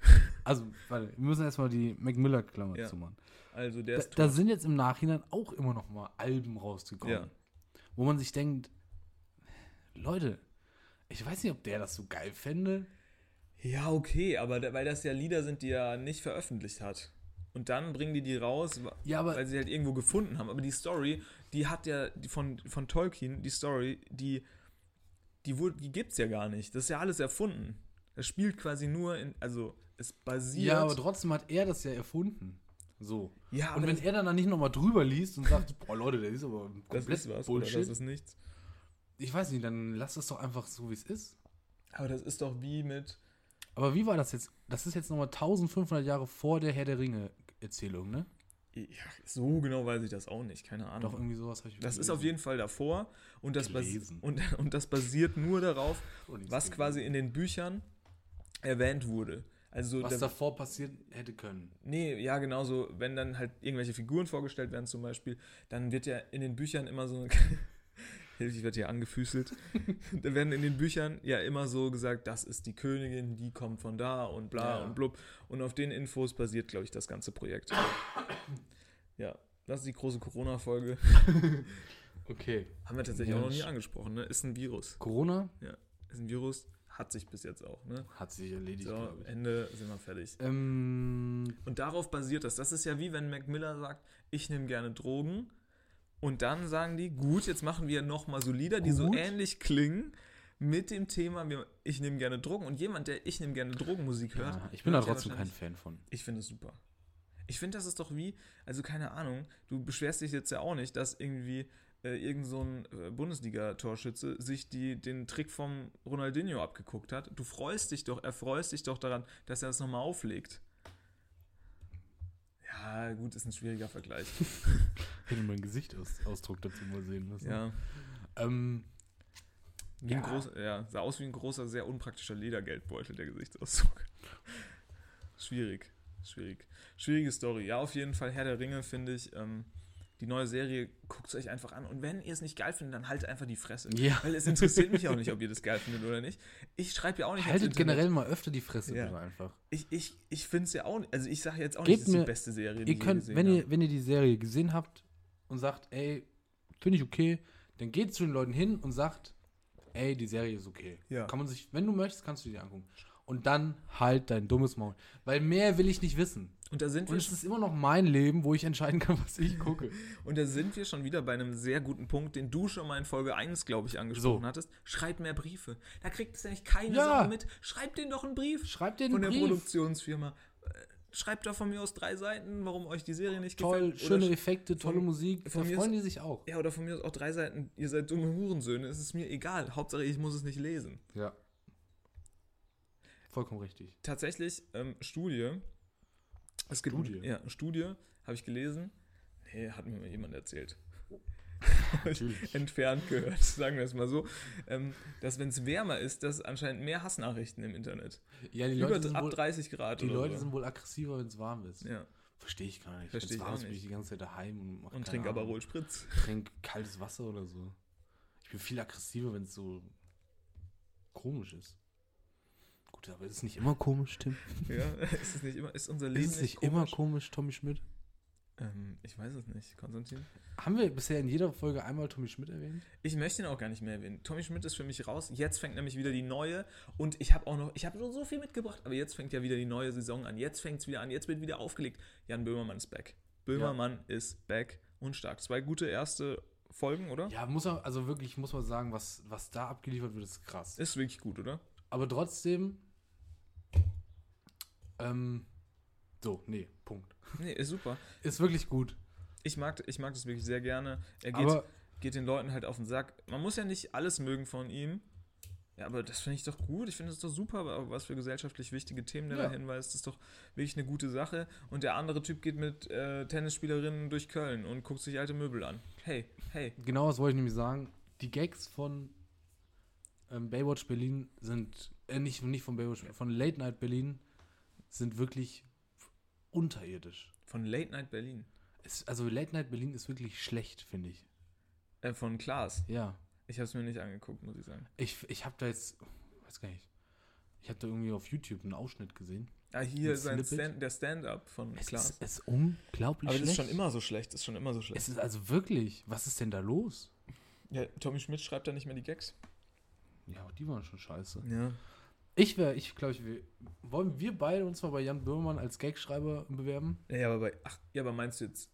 Speaker 4: Also, warte, wir müssen erstmal die Mac Miller-Klammer
Speaker 3: Ja.
Speaker 4: zumachen.
Speaker 3: Also der
Speaker 4: Da,
Speaker 3: ist
Speaker 4: da sind jetzt im Nachhinein auch immer noch mal Alben rausgekommen,
Speaker 3: Ja.
Speaker 4: wo man sich denkt, Leute, ich weiß nicht, ob der das so geil fände.
Speaker 3: Ja, okay, aber da, weil das ja Lieder sind, die er nicht veröffentlicht hat. Und dann bringen die die raus, wa-
Speaker 4: Ja, aber
Speaker 3: weil sie halt irgendwo gefunden haben. Aber die Story, die hat ja die von, von Tolkien, die Story, die, die, wurde, die gibt's ja gar nicht. Das ist ja alles erfunden. Das spielt quasi nur in, also es basiert.
Speaker 4: ja, aber trotzdem hat er das ja erfunden. So.
Speaker 3: Ja, aber
Speaker 4: und wenn
Speaker 3: das,
Speaker 4: er dann, dann nicht noch mal drüber liest und sagt, [LAUGHS] boah Leute, der ist aber
Speaker 3: das
Speaker 4: komplett
Speaker 3: ist was,
Speaker 4: Bullshit.
Speaker 3: oder das ist nichts.
Speaker 4: ich weiß nicht, dann lass das doch einfach so, wie es ist.
Speaker 3: Aber das ist doch wie mit,
Speaker 4: Aber wie war das jetzt? Das ist jetzt noch mal 1500 Jahre vor der Herr der Ringe Erzählung, ne?
Speaker 3: ja, so genau weiß ich das auch nicht, keine Ahnung.
Speaker 4: Doch irgendwie sowas habe ich
Speaker 3: Das ist auf jeden Fall davor und das, basi
Speaker 4: Gelesen.
Speaker 3: und, [LAUGHS] und das basiert nur darauf,
Speaker 4: Oh, nichts
Speaker 3: was
Speaker 4: gelesen.
Speaker 3: quasi in den Büchern erwähnt wurde. Also
Speaker 4: was
Speaker 3: da,
Speaker 4: davor passiert hätte können.
Speaker 3: nee, ja genauso, wenn dann halt irgendwelche Figuren vorgestellt werden zum Beispiel, dann wird ja in den Büchern immer so [LAUGHS] eine Hilfe, ich werde hier
Speaker 4: [LAUGHS]
Speaker 3: angefüßelt. da werden in den Büchern ja immer so gesagt, das ist die Königin, die kommt von da und bla
Speaker 4: Ja.
Speaker 3: und blub. Und auf den Infos basiert, glaube ich, das ganze
Speaker 4: [COUGHS]
Speaker 3: Projekt. ja, das ist die große Corona-Folge.
Speaker 4: Okay.
Speaker 3: Haben wir tatsächlich auch noch nie
Speaker 4: Ja.
Speaker 3: angesprochen, ne? Ist ein Virus.
Speaker 4: Corona
Speaker 3: Ist ein Virus, hat sich bis jetzt auch, ne?
Speaker 4: hat sich erledigt,
Speaker 3: So, äh,
Speaker 4: glaube ich.
Speaker 3: Ende sind wir fertig.
Speaker 4: Ähm,
Speaker 3: Und darauf basiert das. Das ist ja wie wenn Mac Miller sagt, ich nehme gerne Drogen. Und dann sagen die, gut, jetzt machen wir nochmal so Lieder, die so
Speaker 4: Gut.
Speaker 3: ähnlich klingen mit dem Thema, wir- ich nehme gerne Drogen. Und jemand, der ich nehme gerne Drogenmusik hört.
Speaker 4: ja, ah, ich bin da
Speaker 3: hört ja
Speaker 4: trotzdem kein
Speaker 3: wahrscheinlich-
Speaker 4: Fan von.
Speaker 3: Ich finde es super. Ich finde, das ist doch wie, also keine Ahnung, du beschwerst dich jetzt ja auch nicht, dass irgendwie äh, irgend so ein äh, Bundesliga-Torschütze sich die, den Trick vom Ronaldinho abgeguckt hat. Du freust dich doch, erfreust dich doch daran, dass er das nochmal auflegt. Ja, gut, ist ein schwieriger Vergleich.
Speaker 4: Hätte mein Gesichtsausdruck dazu mal sehen müssen.
Speaker 3: ja.
Speaker 4: Ähm,
Speaker 3: Wie Ein
Speaker 4: Ja.
Speaker 3: groß, ja, sah aus wie ein großer, sehr unpraktischer Ledergeldbeutel, der Gesichtsausdruck. [LAUGHS] Schwierig, schwierig. Schwierige Story. Ja, auf jeden Fall Herr der Ringe, finde ich. Ähm, die neue Serie, guckt es euch einfach an. Und wenn ihr es nicht geil findet, dann haltet einfach die Fresse.
Speaker 4: Ja.
Speaker 3: Weil es interessiert mich auch nicht, ob ihr das geil findet oder nicht. Ich schreibe ja auch nicht. ins
Speaker 4: Haltet
Speaker 3: Internet.
Speaker 4: generell mal öfter die Fresse
Speaker 3: Ja.
Speaker 4: bitte einfach.
Speaker 3: Ich, ich, ich finde es ja auch nicht. Also ich sage jetzt auch nicht,
Speaker 4: Gebt
Speaker 3: das ist
Speaker 4: mir-
Speaker 3: die beste Serie, die
Speaker 4: Ihr
Speaker 3: ich je
Speaker 4: könnt,
Speaker 3: gesehen
Speaker 4: wenn
Speaker 3: habe.
Speaker 4: ihr, wenn ihr die Serie gesehen habt und sagt, ey, finde ich okay, dann geht zu den Leuten hin und sagt, ey, die Serie ist okay.
Speaker 3: Ja.
Speaker 4: Kann man sich, wenn du möchtest, kannst du die angucken. Und dann halt dein dummes Maul. Weil mehr will ich nicht wissen.
Speaker 3: Und da sind
Speaker 4: Und
Speaker 3: wir
Speaker 4: es ist immer noch mein Leben, wo ich entscheiden kann, [LAUGHS] was ich gucke.
Speaker 3: Und da sind wir schon wieder bei einem sehr guten Punkt, den du schon mal in Folge 1, glaube ich, angesprochen
Speaker 4: So.
Speaker 3: hattest. Schreib mehr Briefe. Da kriegt es nämlich keine
Speaker 4: Ja.
Speaker 3: Sache mit. Schreib denen doch einen Brief.
Speaker 4: Schreibt denen
Speaker 3: Von
Speaker 4: einen
Speaker 3: der
Speaker 4: Brief.
Speaker 3: Produktionsfirma. Äh, Schreibt da von mir aus drei Seiten, warum euch die Serie nicht
Speaker 4: Toll,
Speaker 3: gefällt. Oder
Speaker 4: schöne
Speaker 3: sch-
Speaker 4: Effekte, tolle
Speaker 3: von-
Speaker 4: Musik.
Speaker 3: von
Speaker 4: da
Speaker 3: mir
Speaker 4: freuen
Speaker 3: ist-
Speaker 4: die sich auch.
Speaker 3: Ja, oder von mir aus auch drei Seiten. Ihr seid dumme Hurensöhne. Es ist mir egal. Hauptsache, ich muss es nicht lesen.
Speaker 4: Ja. Vollkommen richtig.
Speaker 3: tatsächlich ähm, Studie. Es gibt
Speaker 4: Studie?
Speaker 3: Ja, Studie habe ich gelesen. Nee, hat mir mal jemand
Speaker 4: [LAUGHS]
Speaker 3: erzählt. Entfernt gehört, sagen wir es mal so. Ähm, dass wenn es wärmer ist, dass anscheinend mehr Hassnachrichten im Internet.
Speaker 4: Ja, die
Speaker 3: Über
Speaker 4: Leute sind
Speaker 3: ab
Speaker 4: wohl,
Speaker 3: 30 Grad
Speaker 4: die
Speaker 3: oder
Speaker 4: Leute
Speaker 3: so.
Speaker 4: sind wohl aggressiver, wenn es warm ist.
Speaker 3: ja.
Speaker 4: Verstehe ich gar nicht. Wenn
Speaker 3: Versteh
Speaker 4: es
Speaker 3: ich
Speaker 4: warm
Speaker 3: auch
Speaker 4: ist, bin ich
Speaker 3: nicht.
Speaker 4: die ganze Zeit daheim und, mach
Speaker 3: Und
Speaker 4: keine
Speaker 3: trink aber
Speaker 4: Ahnung.
Speaker 3: wohl Spritz. [LAUGHS]
Speaker 4: trink kaltes Wasser oder so. Ich bin viel aggressiver, wenn es so komisch ist. Gut, aber ist es nicht immer komisch, Tim?
Speaker 3: Ja, [LAUGHS] ist es nicht immer, ist unser Leben
Speaker 4: Ist es nicht immer komisch, Tommy Schmidt?
Speaker 3: Ähm, ich weiß es nicht, Konstantin.
Speaker 4: Haben wir bisher in jeder Folge einmal Tommy Schmidt erwähnt?
Speaker 3: Ich möchte ihn auch gar nicht mehr erwähnen. Tommy Schmidt ist für mich raus. Jetzt fängt nämlich wieder die neue. Und ich habe auch noch, ich habe so, so viel mitgebracht, aber jetzt fängt ja wieder die neue Saison an. Jetzt fängt es wieder an. Jetzt wird wieder aufgelegt. Jan Böhmermann ist back. Böhmermann ist back und stark. Zwei gute erste Folgen, oder?
Speaker 4: Ja, muss man, also wirklich muss man sagen, was, was da abgeliefert wird, ist krass.
Speaker 3: Ist wirklich gut, oder?
Speaker 4: Aber trotzdem. Ähm, so, nee, Punkt.
Speaker 3: Nee, ist super.
Speaker 4: Ist wirklich gut.
Speaker 3: Ich mag, ich mag das wirklich sehr gerne. Er geht,
Speaker 4: Aber
Speaker 3: geht den Leuten halt auf den Sack. Man muss ja nicht alles mögen von ihm. Ja, aber das finde ich doch gut. Ich finde es doch super, aber auf was für gesellschaftlich wichtige Themen der
Speaker 4: Ja.
Speaker 3: da hinweist, ist doch wirklich eine gute Sache. Und der andere Typ geht mit äh, Tennisspielerinnen durch Köln und guckt sich alte Möbel an. Hey, hey.
Speaker 4: genau das wollte ich nämlich sagen. Die Gags von ähm, Baywatch Berlin sind, äh, nicht, nicht von Baywatch, von Late Night Berlin sind wirklich unterirdisch.
Speaker 3: Von Late Night Berlin.
Speaker 4: Es, also Late Night Berlin ist wirklich schlecht, finde ich.
Speaker 3: Äh, von Klaas.
Speaker 4: Ja.
Speaker 3: Ich habe es mir nicht angeguckt, muss ich sagen.
Speaker 4: Ich, ich habe da jetzt, weiß gar nicht, ich habe da irgendwie auf YouTube einen Ausschnitt gesehen.
Speaker 3: Ah, hier
Speaker 4: Ein
Speaker 3: sein
Speaker 4: Snippet?
Speaker 3: Stand, der Stand-up von
Speaker 4: Es
Speaker 3: Klaas.
Speaker 4: ist, es ist unglaublich
Speaker 3: Aber das
Speaker 4: schlecht.
Speaker 3: ist schon immer so schlecht. Ist schon immer so schlecht.
Speaker 4: Es ist also wirklich, was ist denn da los?
Speaker 3: Ja, Tommy Schmidt schreibt da nicht mehr die Gags.
Speaker 4: Ja, auch die waren schon scheiße.
Speaker 3: Ja.
Speaker 4: Ich wäre, ich glaube, wir, wollen wir beide uns mal bei Jan Böhmermann als Gagschreiber bewerben?
Speaker 3: Ja, aber bei, ach, ja, aber meinst du jetzt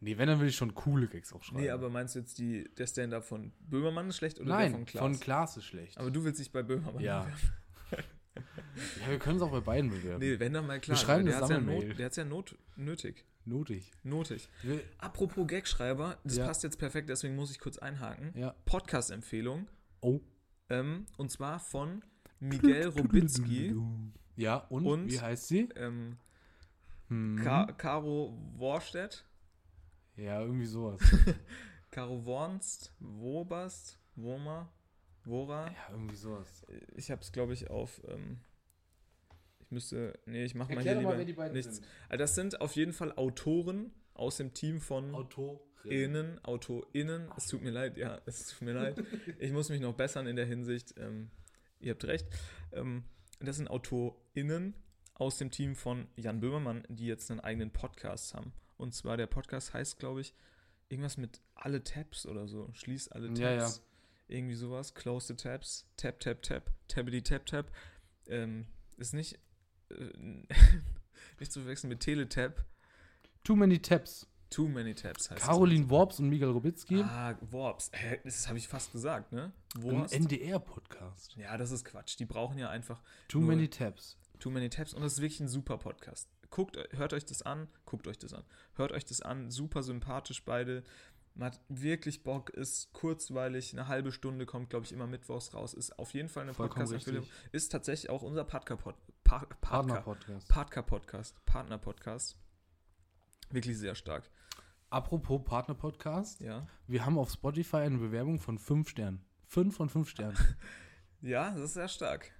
Speaker 4: Nee, wenn, dann will ich schon coole Gags auch schreiben.
Speaker 3: Nee, aber meinst du jetzt die, der Stand-up von Böhmermann ist schlecht oder
Speaker 4: Nein,
Speaker 3: der
Speaker 4: von
Speaker 3: von
Speaker 4: Klaas,
Speaker 3: Klaas?
Speaker 4: ist schlecht.
Speaker 3: aber du willst dich bei Böhmermann [LAUGHS]
Speaker 4: ja.
Speaker 3: bewerben.
Speaker 4: ja, wir können es auch bei beiden bewerben.
Speaker 3: Nee, wenn dann mal Klaas.
Speaker 4: Wir schreiben
Speaker 3: weil der
Speaker 4: eine
Speaker 3: hat's ja
Speaker 4: Sammelmail.
Speaker 3: Not, Der hat es ja not, nötig.
Speaker 4: Notig.
Speaker 3: Notig.
Speaker 4: Wir,
Speaker 3: Apropos Gagschreiber, das
Speaker 4: Ja.
Speaker 3: passt jetzt perfekt, deswegen muss ich kurz einhaken.
Speaker 4: ja.
Speaker 3: Podcast-Empfehlung.
Speaker 4: Oh.
Speaker 3: Ähm, und zwar von Miguel Robitski.
Speaker 4: Ja, und,
Speaker 3: Und-
Speaker 4: wie heißt sie?
Speaker 3: Ähm,
Speaker 4: Hm.
Speaker 3: Ka Caro Worstedt.
Speaker 4: ja,
Speaker 3: [LAUGHS]
Speaker 4: irgendwie sowas.
Speaker 3: Caro Wornst. Wobast. Woma. Wora.
Speaker 4: ja, irgendwie sowas.
Speaker 3: Ich habe es, glaube ich, auf. Ähm, ich müsste. Nee, ich mache mal
Speaker 4: Erklär
Speaker 3: hier
Speaker 4: doch mal,
Speaker 3: lieber
Speaker 4: wer die beiden
Speaker 3: nichts.
Speaker 4: sind.
Speaker 3: Also das sind auf jeden Fall Autoren aus dem Team von
Speaker 4: Autorin.
Speaker 3: Innen, AutorInnen. Es tut mir leid, ja, es tut mir
Speaker 4: [LAUGHS]
Speaker 3: leid. Ich muss mich noch bessern in der Hinsicht. Ähm, ihr habt recht. Ähm, das sind AutorInnen aus dem Team von Jan Böhmermann, die jetzt einen eigenen Podcast haben. Und zwar der Podcast heißt, glaube ich, irgendwas mit alle Tabs oder so. Schließ alle Tabs.
Speaker 4: Ja, ja.
Speaker 3: Irgendwie sowas. Close the Tabs. Tap, tap, tap. Tabity, tap, tap. Ähm, ist nicht, äh, [LAUGHS] nicht zu verwechseln mit Teletap.
Speaker 4: Too Many Taps.
Speaker 3: Too many Tabs heißt es.
Speaker 4: Caroline Worps und Miguel Robitski.
Speaker 3: Ah, Worps. Hä, Das habe ich fast gesagt, ne?
Speaker 4: Im
Speaker 3: Worst.
Speaker 4: NDR-Podcast.
Speaker 3: Ja, das ist Quatsch. Die brauchen ja einfach
Speaker 4: Too
Speaker 3: Nur-
Speaker 4: Many Taps.
Speaker 3: Too Many Tabs und das ist wirklich ein super Podcast. Guckt, hört euch das an, guckt euch das an. Hört euch das an, super sympathisch beide. Man hat wirklich Bock, ist kurzweilig, eine halbe Stunde kommt, glaube ich, immer mittwochs raus. Ist auf jeden Fall eine
Speaker 4: Vollkommen
Speaker 3: Podcast-Empfehlung.
Speaker 4: richtig.
Speaker 3: Ist tatsächlich auch unser Partner-Podcast. Pa Partner
Speaker 4: Partner-Podcast.
Speaker 3: Partner-Podcast. Partner-Podcast. Wirklich sehr stark.
Speaker 4: Apropos Partner-Podcast.
Speaker 3: Ja.
Speaker 4: Wir haben auf Spotify eine Bewerbung von 5 Sternen. 5 von 5 Sternen.
Speaker 3: Ja, das ist sehr stark.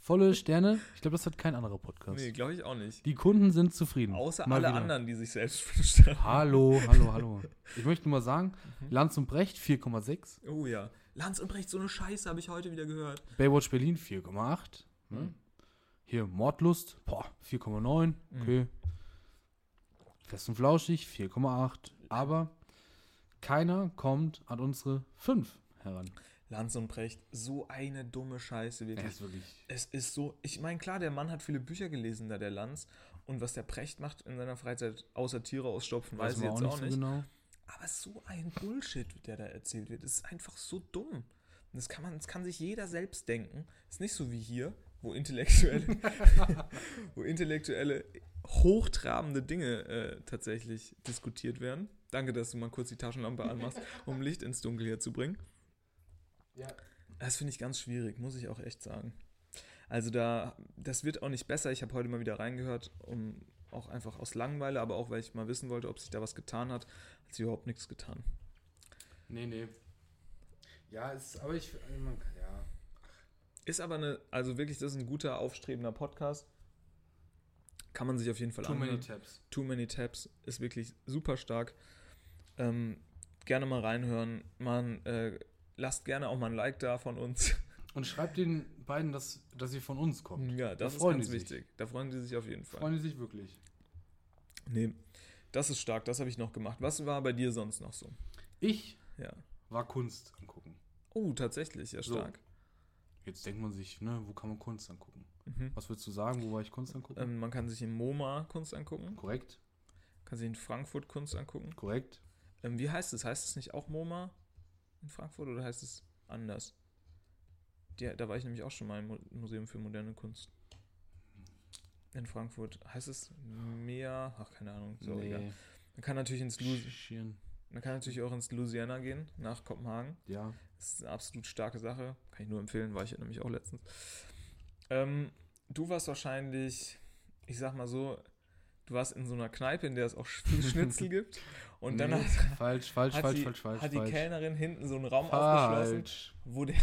Speaker 4: Volle Sterne. Ich glaube, das hat kein anderer Podcast.
Speaker 3: Nee, glaube ich auch nicht.
Speaker 4: Die Kunden sind zufrieden.
Speaker 3: Außer
Speaker 4: Mal
Speaker 3: alle
Speaker 4: wieder.
Speaker 3: anderen, die sich selbst [LAUGHS] wünscht haben.
Speaker 4: Hallo, hallo, hallo. Ich möchte nur mal sagen,
Speaker 3: Mhm.
Speaker 4: Lanz und Brecht 4,6,
Speaker 3: Oh ja. Lanz und Brecht, so eine Scheiße habe ich heute wieder gehört.
Speaker 4: Baywatch Berlin 4,8,
Speaker 3: Mhm.
Speaker 4: ne? hier Mordlust, boah, 4,9,
Speaker 3: Mhm.
Speaker 4: okay. Fest und Flauschig 4,8, aber keiner kommt an unsere 5 heran.
Speaker 3: Lanz und Brecht, so eine dumme Scheiße, wirklich.
Speaker 4: wirklich
Speaker 3: Es ist so, ich meine, klar, der Mann hat viele Bücher gelesen, da der Lanz. Und was der Precht macht in seiner Freizeit, außer Tiere ausstopfen, weiß,
Speaker 4: weiß
Speaker 3: ich
Speaker 4: man auch
Speaker 3: jetzt
Speaker 4: nicht
Speaker 3: auch
Speaker 4: so
Speaker 3: nicht.
Speaker 4: genau.
Speaker 3: Aber so ein Bullshit, der da erzählt wird, ist einfach so dumm. Und das kann man, das kann sich jeder selbst denken. Ist nicht so wie hier, wo Intellektuelle, [LAUGHS] wo Intellektuelle hochtrabende Dinge äh, tatsächlich diskutiert werden. Danke, dass du mal kurz die Taschenlampe anmachst, um Licht ins Dunkel hier zu bringen. Das finde ich ganz schwierig, muss ich auch echt sagen. Also da, das wird auch nicht besser. Ich habe heute mal wieder reingehört, um auch einfach aus Langeweile, aber auch weil ich mal wissen wollte, ob sich da was getan hat, hat sich überhaupt nichts getan.
Speaker 4: Nee, nee. Ja, es, aber ich, ja.
Speaker 3: Ist aber eine, also wirklich, das ist ein guter, aufstrebender Podcast. Kann man sich auf jeden Fall
Speaker 4: Too many
Speaker 3: anhören.
Speaker 4: Tabs.
Speaker 3: Too Many Tabs ist wirklich super stark. Ähm, gerne mal reinhören. Man, äh, lasst gerne auch mal ein Like da von
Speaker 4: [LAUGHS]
Speaker 3: uns.
Speaker 4: Und schreibt den beiden, dass, dass sie von uns kommt.
Speaker 3: Ja, das ist
Speaker 4: freuen
Speaker 3: ganz
Speaker 4: die sich.
Speaker 3: wichtig. Da freuen die sich auf jeden Fall.
Speaker 4: Freuen sie sich wirklich.
Speaker 3: Nee, das ist stark, das habe ich noch gemacht. Was war bei dir sonst noch so?
Speaker 4: Ich
Speaker 3: Ja.
Speaker 4: war Kunst angucken.
Speaker 3: Oh, tatsächlich, ja,
Speaker 4: So.
Speaker 3: stark.
Speaker 4: Jetzt denkt man sich, ne, wo kann man Kunst angucken?
Speaker 3: Mhm.
Speaker 4: Was würdest du sagen, wo war ich Kunst angucken?
Speaker 3: Ähm, man kann sich in MoMA Kunst angucken,
Speaker 4: Korrekt,
Speaker 3: kann sich in Frankfurt Kunst angucken.
Speaker 4: korrekt.
Speaker 3: Ähm, wie heißt es? Heißt es nicht auch MoMA in Frankfurt oder heißt es anders? Die, da war ich nämlich auch schon mal im Mu- Museum für moderne Kunst. In Frankfurt. Heißt es mehr? Ach, keine Ahnung. So, egal.
Speaker 4: Nee.
Speaker 3: Man kann natürlich ins Lu
Speaker 4: Schirn.
Speaker 3: man kann natürlich auch ins Louisiana gehen, nach Kopenhagen.
Speaker 4: Ja,
Speaker 3: Das ist eine absolut starke Sache. Kann ich nur empfehlen, war ich ja nämlich auch letztens. Ähm, du warst wahrscheinlich, ich sag mal so, du warst in so einer Kneipe, in der es auch
Speaker 4: [LAUGHS]
Speaker 3: viel Schnitzel gibt. Und dann
Speaker 4: Nee,
Speaker 3: hat,
Speaker 4: falsch, falsch,
Speaker 3: hat,
Speaker 4: falsch,
Speaker 3: die,
Speaker 4: falsch, falsch,
Speaker 3: hat die
Speaker 4: falsch.
Speaker 3: Kellnerin hinten so einen Raum aufgeschlossen,
Speaker 4: falsch.
Speaker 3: wo der,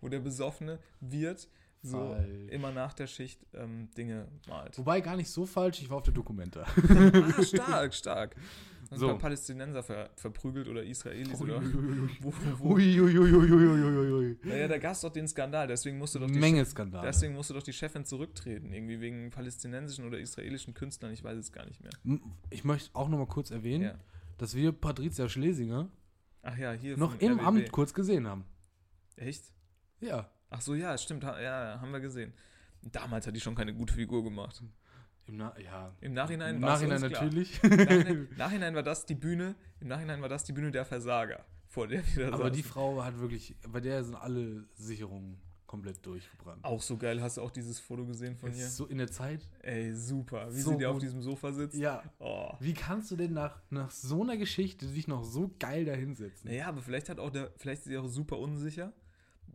Speaker 3: wo der besoffene Wirt so
Speaker 4: Falsch.
Speaker 3: immer nach der Schicht ähm, Dinge malt.
Speaker 4: Wobei gar nicht so falsch, ich war auf der Dokumenta.
Speaker 3: Ah, stark, stark. Und so.
Speaker 4: So.
Speaker 3: ein paar Palästinenser ver, verprügelt oder Israelis oder wo, [LAUGHS] wo.
Speaker 4: Uiuiuiuiuiuiui.
Speaker 3: Naja, da gab es doch den Skandal, deswegen musste doch die
Speaker 4: Menge Skandale.
Speaker 3: Deswegen musste doch die Chefin zurücktreten, irgendwie wegen palästinensischen oder israelischen Künstlern, ich weiß es gar nicht mehr.
Speaker 4: M- Ich möchte auch noch mal kurz erwähnen,
Speaker 3: Ja.
Speaker 4: dass wir Patricia Schlesinger
Speaker 3: Ach ja, hier.
Speaker 4: noch
Speaker 3: vom
Speaker 4: im
Speaker 3: RBB.
Speaker 4: Amt kurz gesehen haben.
Speaker 3: Echt?
Speaker 4: Ja,
Speaker 3: Ach so, ja, stimmt, ha, ja, haben wir gesehen. Damals hat die schon keine gute Figur gemacht.
Speaker 4: im, Na ja.
Speaker 3: Im Nachhinein
Speaker 4: Im
Speaker 3: war es
Speaker 4: Nachhinein
Speaker 3: uns klar.
Speaker 4: natürlich.
Speaker 3: Im
Speaker 4: [LAUGHS]
Speaker 3: Nachhinein, im Nachhinein war das die Bühne, im Nachhinein war das die Bühne der Versager, vor der wir da
Speaker 4: Aber die
Speaker 3: saßen.
Speaker 4: Frau hat wirklich, bei der sind alle Sicherungen komplett durchgebrannt.
Speaker 3: Auch so geil, hast du auch dieses Foto gesehen von
Speaker 4: Es
Speaker 3: hier?
Speaker 4: ist so in der Zeit.
Speaker 3: Ey, super, wie
Speaker 4: so
Speaker 3: sie dir auf
Speaker 4: gut.
Speaker 3: diesem Sofa sitzt.
Speaker 4: Ja.
Speaker 3: Oh.
Speaker 4: Wie kannst du denn nach, nach so einer Geschichte dich noch so geil dahinsetzen?
Speaker 3: Naja, aber vielleicht hat auch der, vielleicht ist sie auch super unsicher.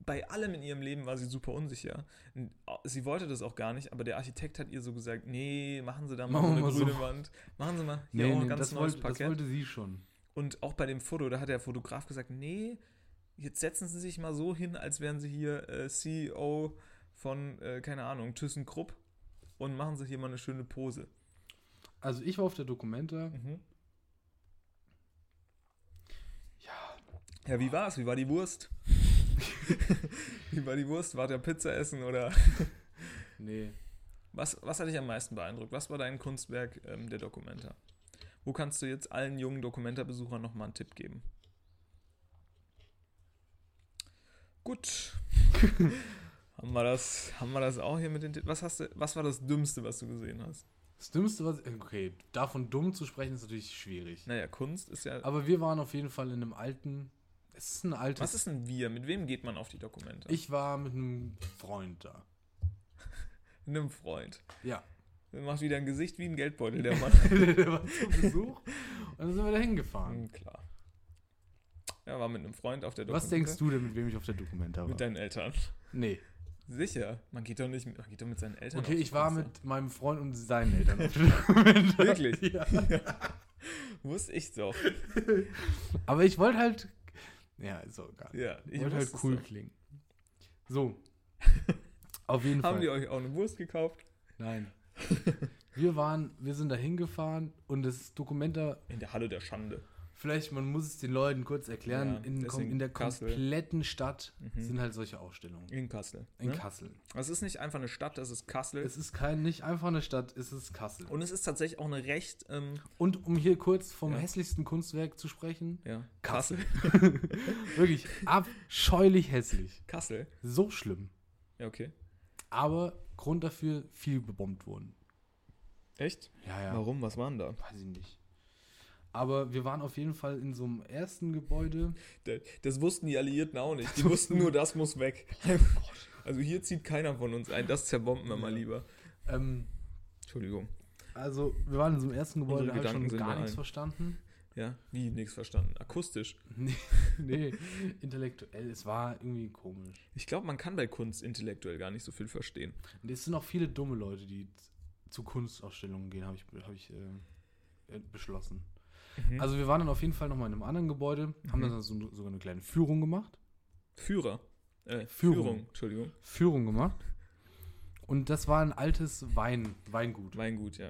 Speaker 3: Bei allem in ihrem Leben war sie super unsicher. Und Sie wollte das auch gar nicht, aber der Architekt hat ihr so gesagt, nee, machen Sie da mal
Speaker 4: Machen
Speaker 3: so eine
Speaker 4: wir mal
Speaker 3: grüne
Speaker 4: so.
Speaker 3: Wand. Machen Sie mal hier
Speaker 4: Nee,
Speaker 3: auch ein
Speaker 4: nee,
Speaker 3: ganz
Speaker 4: das,
Speaker 3: neues
Speaker 4: wollte, das
Speaker 3: Parkett.
Speaker 4: wollte sie schon.
Speaker 3: Und auch bei dem Foto, da hat der Fotograf gesagt, nee, jetzt setzen Sie sich mal so hin, als wären Sie hier äh, CEO von, äh, keine Ahnung, ThyssenKrupp und machen Sie hier mal eine schöne Pose. Mhm.
Speaker 4: Also ich war auf
Speaker 3: [LAUGHS]
Speaker 4: der Dokumenta.
Speaker 3: Ja, wie war's? Wie war die Wurst? [LAUGHS] wie war die Wurst? War der Pizza essen oder
Speaker 4: Nee.
Speaker 3: Was, was hat dich am meisten beeindruckt? Was war dein Kunstwerk ähm, der Dokumenta? Wo kannst du jetzt allen jungen Dokumenta-Besuchern nochmal einen Tipp geben?
Speaker 4: [LAUGHS]
Speaker 3: Gut. haben, wir das, haben wir das auch hier mit den Tipps? Was, hast du- was war das Dümmste, was du gesehen hast?
Speaker 4: Das Dümmste, was. Okay, davon dumm zu sprechen, ist natürlich schwierig.
Speaker 3: Naja, Kunst ist ja.
Speaker 4: Aber wir waren auf jeden Fall in einem alten. Es ist ein altes.
Speaker 3: was ist denn wir? Mit wem geht man auf die Dokumenta?
Speaker 4: Ich war mit einem Freund da.
Speaker 3: Mit einem Freund.
Speaker 4: Ja.
Speaker 3: Der macht wieder ein Gesicht wie ein Geldbeutel,
Speaker 4: [LAUGHS]
Speaker 3: der Mann.
Speaker 4: der war zu Besuch und dann sind wir da hingefahren.
Speaker 3: Hm, Klar. Er war mit einem Freund auf der
Speaker 4: Was denkst du denn, mit wem ich auf der Dokumenta war?
Speaker 3: Mit deinen Eltern.
Speaker 4: nee.
Speaker 3: Sicher. Man geht doch nicht mit, man geht doch mit seinen Eltern.
Speaker 4: Okay,
Speaker 3: auf die
Speaker 4: ich war
Speaker 3: Konzerte.
Speaker 4: mit meinem Freund und seinen Eltern auf der Dokumenta.
Speaker 3: Wirklich?
Speaker 4: [LAUGHS] Ja.
Speaker 3: [LAUGHS] Wusste ich doch.
Speaker 4: Aber ich wollte halt. Ja, ist auch egal.
Speaker 3: Ja,
Speaker 4: Ich
Speaker 3: ich
Speaker 4: wollte
Speaker 3: wusste
Speaker 4: halt
Speaker 3: es [LAUGHS]
Speaker 4: cool
Speaker 3: doch.
Speaker 4: klingen. So. Auf jeden
Speaker 3: Haben
Speaker 4: Fall.
Speaker 3: die euch auch eine Wurst gekauft? [LAUGHS]
Speaker 4: Nein. Wir waren, wir sind da hingefahren und das Dokument da,
Speaker 3: In der Halle der Schande.
Speaker 4: vielleicht, man muss es den Leuten kurz erklären,
Speaker 3: Ja,
Speaker 4: in, kom-
Speaker 3: deswegen
Speaker 4: in der
Speaker 3: Kassel. Mhm.
Speaker 4: kompletten Stadt sind halt solche Ausstellungen.
Speaker 3: In Kassel.
Speaker 4: In
Speaker 3: ne?
Speaker 4: Kassel.
Speaker 3: Das ist nicht einfach eine Stadt, das ist Kassel.
Speaker 4: Es ist kein, nicht einfach eine Stadt, es ist Kassel.
Speaker 3: und es ist tatsächlich auch eine recht, ähm,
Speaker 4: Und um hier kurz vom
Speaker 3: Ja.
Speaker 4: hässlichsten Kunstwerk zu sprechen,
Speaker 3: ja, Kassel.
Speaker 4: [LAUGHS] wirklich abscheulich hässlich.
Speaker 3: Kassel.
Speaker 4: So schlimm.
Speaker 3: Ja, okay.
Speaker 4: Aber Grund dafür, viel bebombt wurden.
Speaker 3: Echt?
Speaker 4: Ja, ja.
Speaker 3: Warum? Was waren da?
Speaker 4: Weiß ich nicht. Aber wir waren auf jeden Fall in so einem ersten Gebäude.
Speaker 3: Da- Das wussten die Alliierten auch
Speaker 4: [LAUGHS]
Speaker 3: nicht. Die wussten nur, das muss weg. [LAUGHS] Also hier zieht keiner von uns ein. Das zerbomben wir mal lieber.
Speaker 4: Ähm,
Speaker 3: Entschuldigung.
Speaker 4: also, wir waren in so einem ersten Gebäude, da
Speaker 3: Unsere
Speaker 4: habe ich
Speaker 3: Gedanken
Speaker 4: schon
Speaker 3: sind
Speaker 4: gar
Speaker 3: bei
Speaker 4: nichts
Speaker 3: allen.
Speaker 4: verstanden.
Speaker 3: Ja, wie? Nichts verstanden. Akustisch.
Speaker 4: Nee, nee, intellektuell, es war irgendwie komisch.
Speaker 3: Ich glaube, man kann bei Kunst intellektuell gar nicht so viel verstehen.
Speaker 4: Und es sind auch viele dumme Leute, die z- zu Kunstausstellungen gehen, habe ich, hab ich äh, äh, beschlossen.
Speaker 3: Mhm.
Speaker 4: Also, wir waren dann auf jeden Fall nochmal in einem anderen Gebäude, haben dann so, sogar eine kleine Führung gemacht.
Speaker 3: Führer. Äh,
Speaker 4: Führung.
Speaker 3: Führung. Entschuldigung.
Speaker 4: Führung gemacht. Und das war ein altes Wein, Weingut.
Speaker 3: Weingut, ja.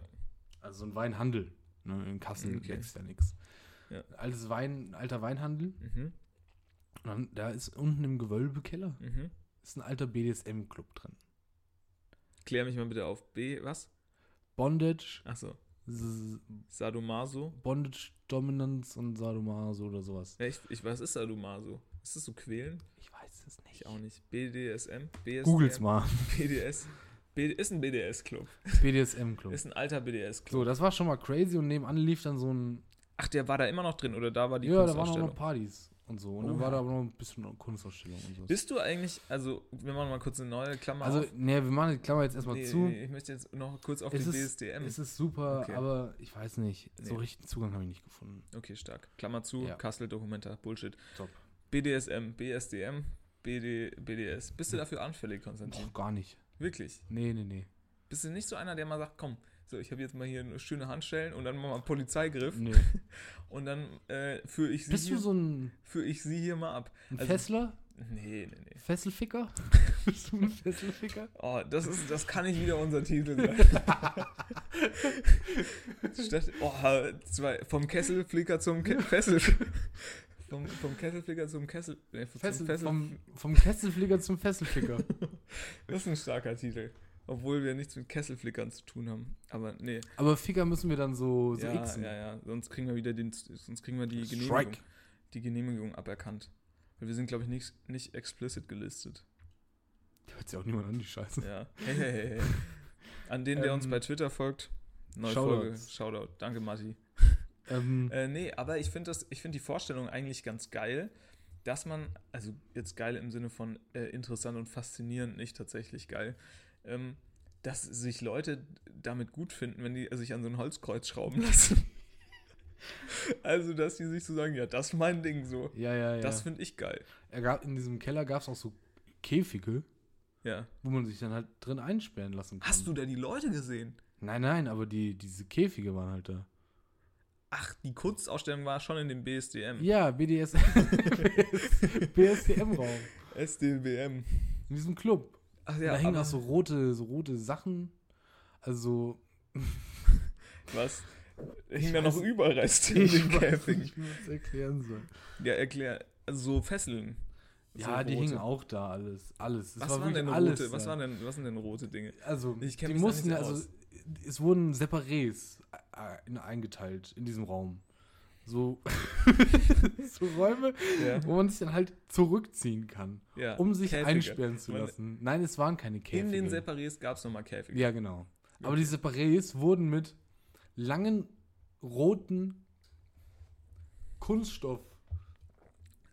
Speaker 4: Also so ein Weinhandel. Ne? In Kassel
Speaker 3: Okay.
Speaker 4: wächst ja nichts.
Speaker 3: Mhm. Ja.
Speaker 4: Altes Wein, alter Weinhandel.
Speaker 3: Mhm.
Speaker 4: Und dann, da ist unten im Gewölbekeller
Speaker 3: Mhm.
Speaker 4: ist ein alter BDSM-Club drin.
Speaker 3: Klär mich mal bitte auf. B, was?
Speaker 4: Bondage,
Speaker 3: Achso.
Speaker 4: S-
Speaker 3: Sadomaso.
Speaker 4: Bondage, Dominance und Sadomaso oder sowas.
Speaker 3: Echt? Ich, was ist Sadomaso? Ist das so quälen?
Speaker 4: Ich weiß es nicht.
Speaker 3: Ich auch nicht. BDSM? BSM?
Speaker 4: Googles mal.
Speaker 3: [LAUGHS] BDS. B ist ein BDS-Club.
Speaker 4: BDSM-Club.
Speaker 3: Ist ein alter BDS-Club.
Speaker 4: So, das war schon mal crazy und nebenan lief dann so ein.
Speaker 3: Ach, der war da immer noch drin oder da war die
Speaker 4: ja, da waren auch
Speaker 3: Kunstausstellung?
Speaker 4: noch Partys und so. Und dann
Speaker 3: Oha.
Speaker 4: war da aber noch ein bisschen Kunstausstellung und so.
Speaker 3: Bist du eigentlich, also wir machen mal kurz eine neue Klammer
Speaker 4: Also,
Speaker 3: auf.
Speaker 4: ne, wir machen die Klammer jetzt erstmal
Speaker 3: Nee,
Speaker 4: zu.
Speaker 3: nee, ich möchte jetzt noch kurz auf
Speaker 4: es,
Speaker 3: den
Speaker 4: ist,
Speaker 3: BSDM.
Speaker 4: es ist super,
Speaker 3: Okay.
Speaker 4: aber ich weiß nicht. So
Speaker 3: Nee.
Speaker 4: richtigen Zugang habe ich nicht gefunden.
Speaker 3: okay, stark. Klammer zu,
Speaker 4: Ja.
Speaker 3: Kassel Dokumenta, Bullshit.
Speaker 4: Top.
Speaker 3: BDSM, BSDM, BD, BDS. Bist du dafür anfällig, Konstantin?
Speaker 4: Boah, gar nicht.
Speaker 3: Wirklich?
Speaker 4: Nee,
Speaker 3: [LAUGHS]
Speaker 4: nee, nee.
Speaker 3: Bist du nicht so einer, der mal sagt, komm, so, ich habe jetzt mal hier eine schöne Handstellen und dann machen wir einen Polizeigriff
Speaker 4: nee.
Speaker 3: und dann äh, führe ich, sie
Speaker 4: Mhm. Bist du
Speaker 3: hier-
Speaker 4: so ein,
Speaker 3: führe ich sie hier mal ab.
Speaker 4: ein
Speaker 3: Also-
Speaker 4: Fessler?
Speaker 3: Nee, nee, nee. [LAUGHS]
Speaker 4: Fesselficker? Bist du ein Fesselficker?
Speaker 3: Oh, das, ist, das kann nicht wieder unser Titel
Speaker 4: [LAUGHS]
Speaker 3: sein. Statt, oh, zwei, vom Kesselflicker zum Ke
Speaker 4: [LAUGHS]
Speaker 3: Fessel. Vom, vom Kesselflicker zum Kessel. Nee,
Speaker 4: Fessel,
Speaker 3: zum Fessel.
Speaker 4: Vom,
Speaker 3: [LAUGHS]
Speaker 4: vom Kesselflicker zum Fesselficker.
Speaker 3: Das ist ein starker Titel. Obwohl wir nichts mit Kesselflickern zu tun haben. Aber nee.
Speaker 4: Aber Ficker müssen wir dann so, so
Speaker 3: ja,
Speaker 4: xen.
Speaker 3: ja, ja. Sonst kriegen wir wieder den, sonst kriegen wir die
Speaker 4: Also Strike.
Speaker 3: Genehmigung, die Genehmigung aberkannt. Weil wir sind, glaube ich, nicht, nicht explicit
Speaker 4: [LAUGHS]
Speaker 3: gelistet.
Speaker 4: Hört sich auch niemand an, die Scheiße.
Speaker 3: Ja. Hey, hey, hey, hey. An den, der uns
Speaker 4: Ähm,
Speaker 3: bei Twitter folgt. Neue
Speaker 4: Shoutouts.
Speaker 3: Folge. Shoutout. Danke, Matti.
Speaker 4: Ähm,
Speaker 3: [LAUGHS] Äh, nee, aber ich finde find die Vorstellung eigentlich ganz geil, dass man, also jetzt geil im Sinne von äh, interessant und faszinierend, nicht tatsächlich geil, ähm, dass sich Leute damit gut finden, wenn die äh, sich an so ein Holzkreuz schrauben lassen. [LAUGHS] also, dass die sich so sagen, ja, das ist mein Ding so.
Speaker 4: ja, ja, ja.
Speaker 3: Das finde ich geil.
Speaker 4: er gab, in diesem Keller gab es auch so Käfige,
Speaker 3: Ja.
Speaker 4: wo man sich dann halt drin einsperren lassen kann.
Speaker 3: Hast du da die Leute gesehen?
Speaker 4: Nein, nein, aber die, diese Käfige waren halt da.
Speaker 3: Ach, die Kunstausstellung war schon in dem BSDM.
Speaker 4: Ja,
Speaker 3: [LAUGHS]
Speaker 4: BDS BSDM-Raum.
Speaker 3: SDBM.
Speaker 4: In diesem Club.
Speaker 3: Ach
Speaker 4: da hingen
Speaker 3: aber-
Speaker 4: auch so rote, so rote Sachen.
Speaker 3: [LAUGHS]
Speaker 4: Also,
Speaker 3: Was?
Speaker 4: Ich
Speaker 3: Hing da noch
Speaker 4: weiß- [LAUGHS]
Speaker 3: Überreste in den Käfigen.
Speaker 4: wie man es erklären soll.
Speaker 3: Ja, erklär. Also so Fesseln.
Speaker 4: Ja,
Speaker 3: So
Speaker 4: die
Speaker 3: rote.
Speaker 4: hingen auch da alles. Alles. Es
Speaker 3: Was
Speaker 4: war
Speaker 3: waren
Speaker 4: wirklich
Speaker 3: denn
Speaker 4: alles
Speaker 3: rote? Was
Speaker 4: da.
Speaker 3: waren denn, was sind denn rote Dinge?
Speaker 4: Also,
Speaker 3: Ich kenn
Speaker 4: die
Speaker 3: mich da
Speaker 4: mussten,
Speaker 3: nicht so
Speaker 4: also,
Speaker 3: aus.
Speaker 4: es wurden Separés äh, in- eingeteilt in diesem Raum. So, [LAUGHS] so Räume,
Speaker 3: Ja.
Speaker 4: wo man sich dann halt zurückziehen kann,
Speaker 3: Ja,
Speaker 4: um sich
Speaker 3: Käfige.
Speaker 4: einsperren zu
Speaker 3: Man-
Speaker 4: lassen. Nein, es waren keine Käfige.
Speaker 3: In den Separés gab es nochmal Käfige.
Speaker 4: Ja, genau. Aber diese Parets wurden mit langen, roten Kunststoff.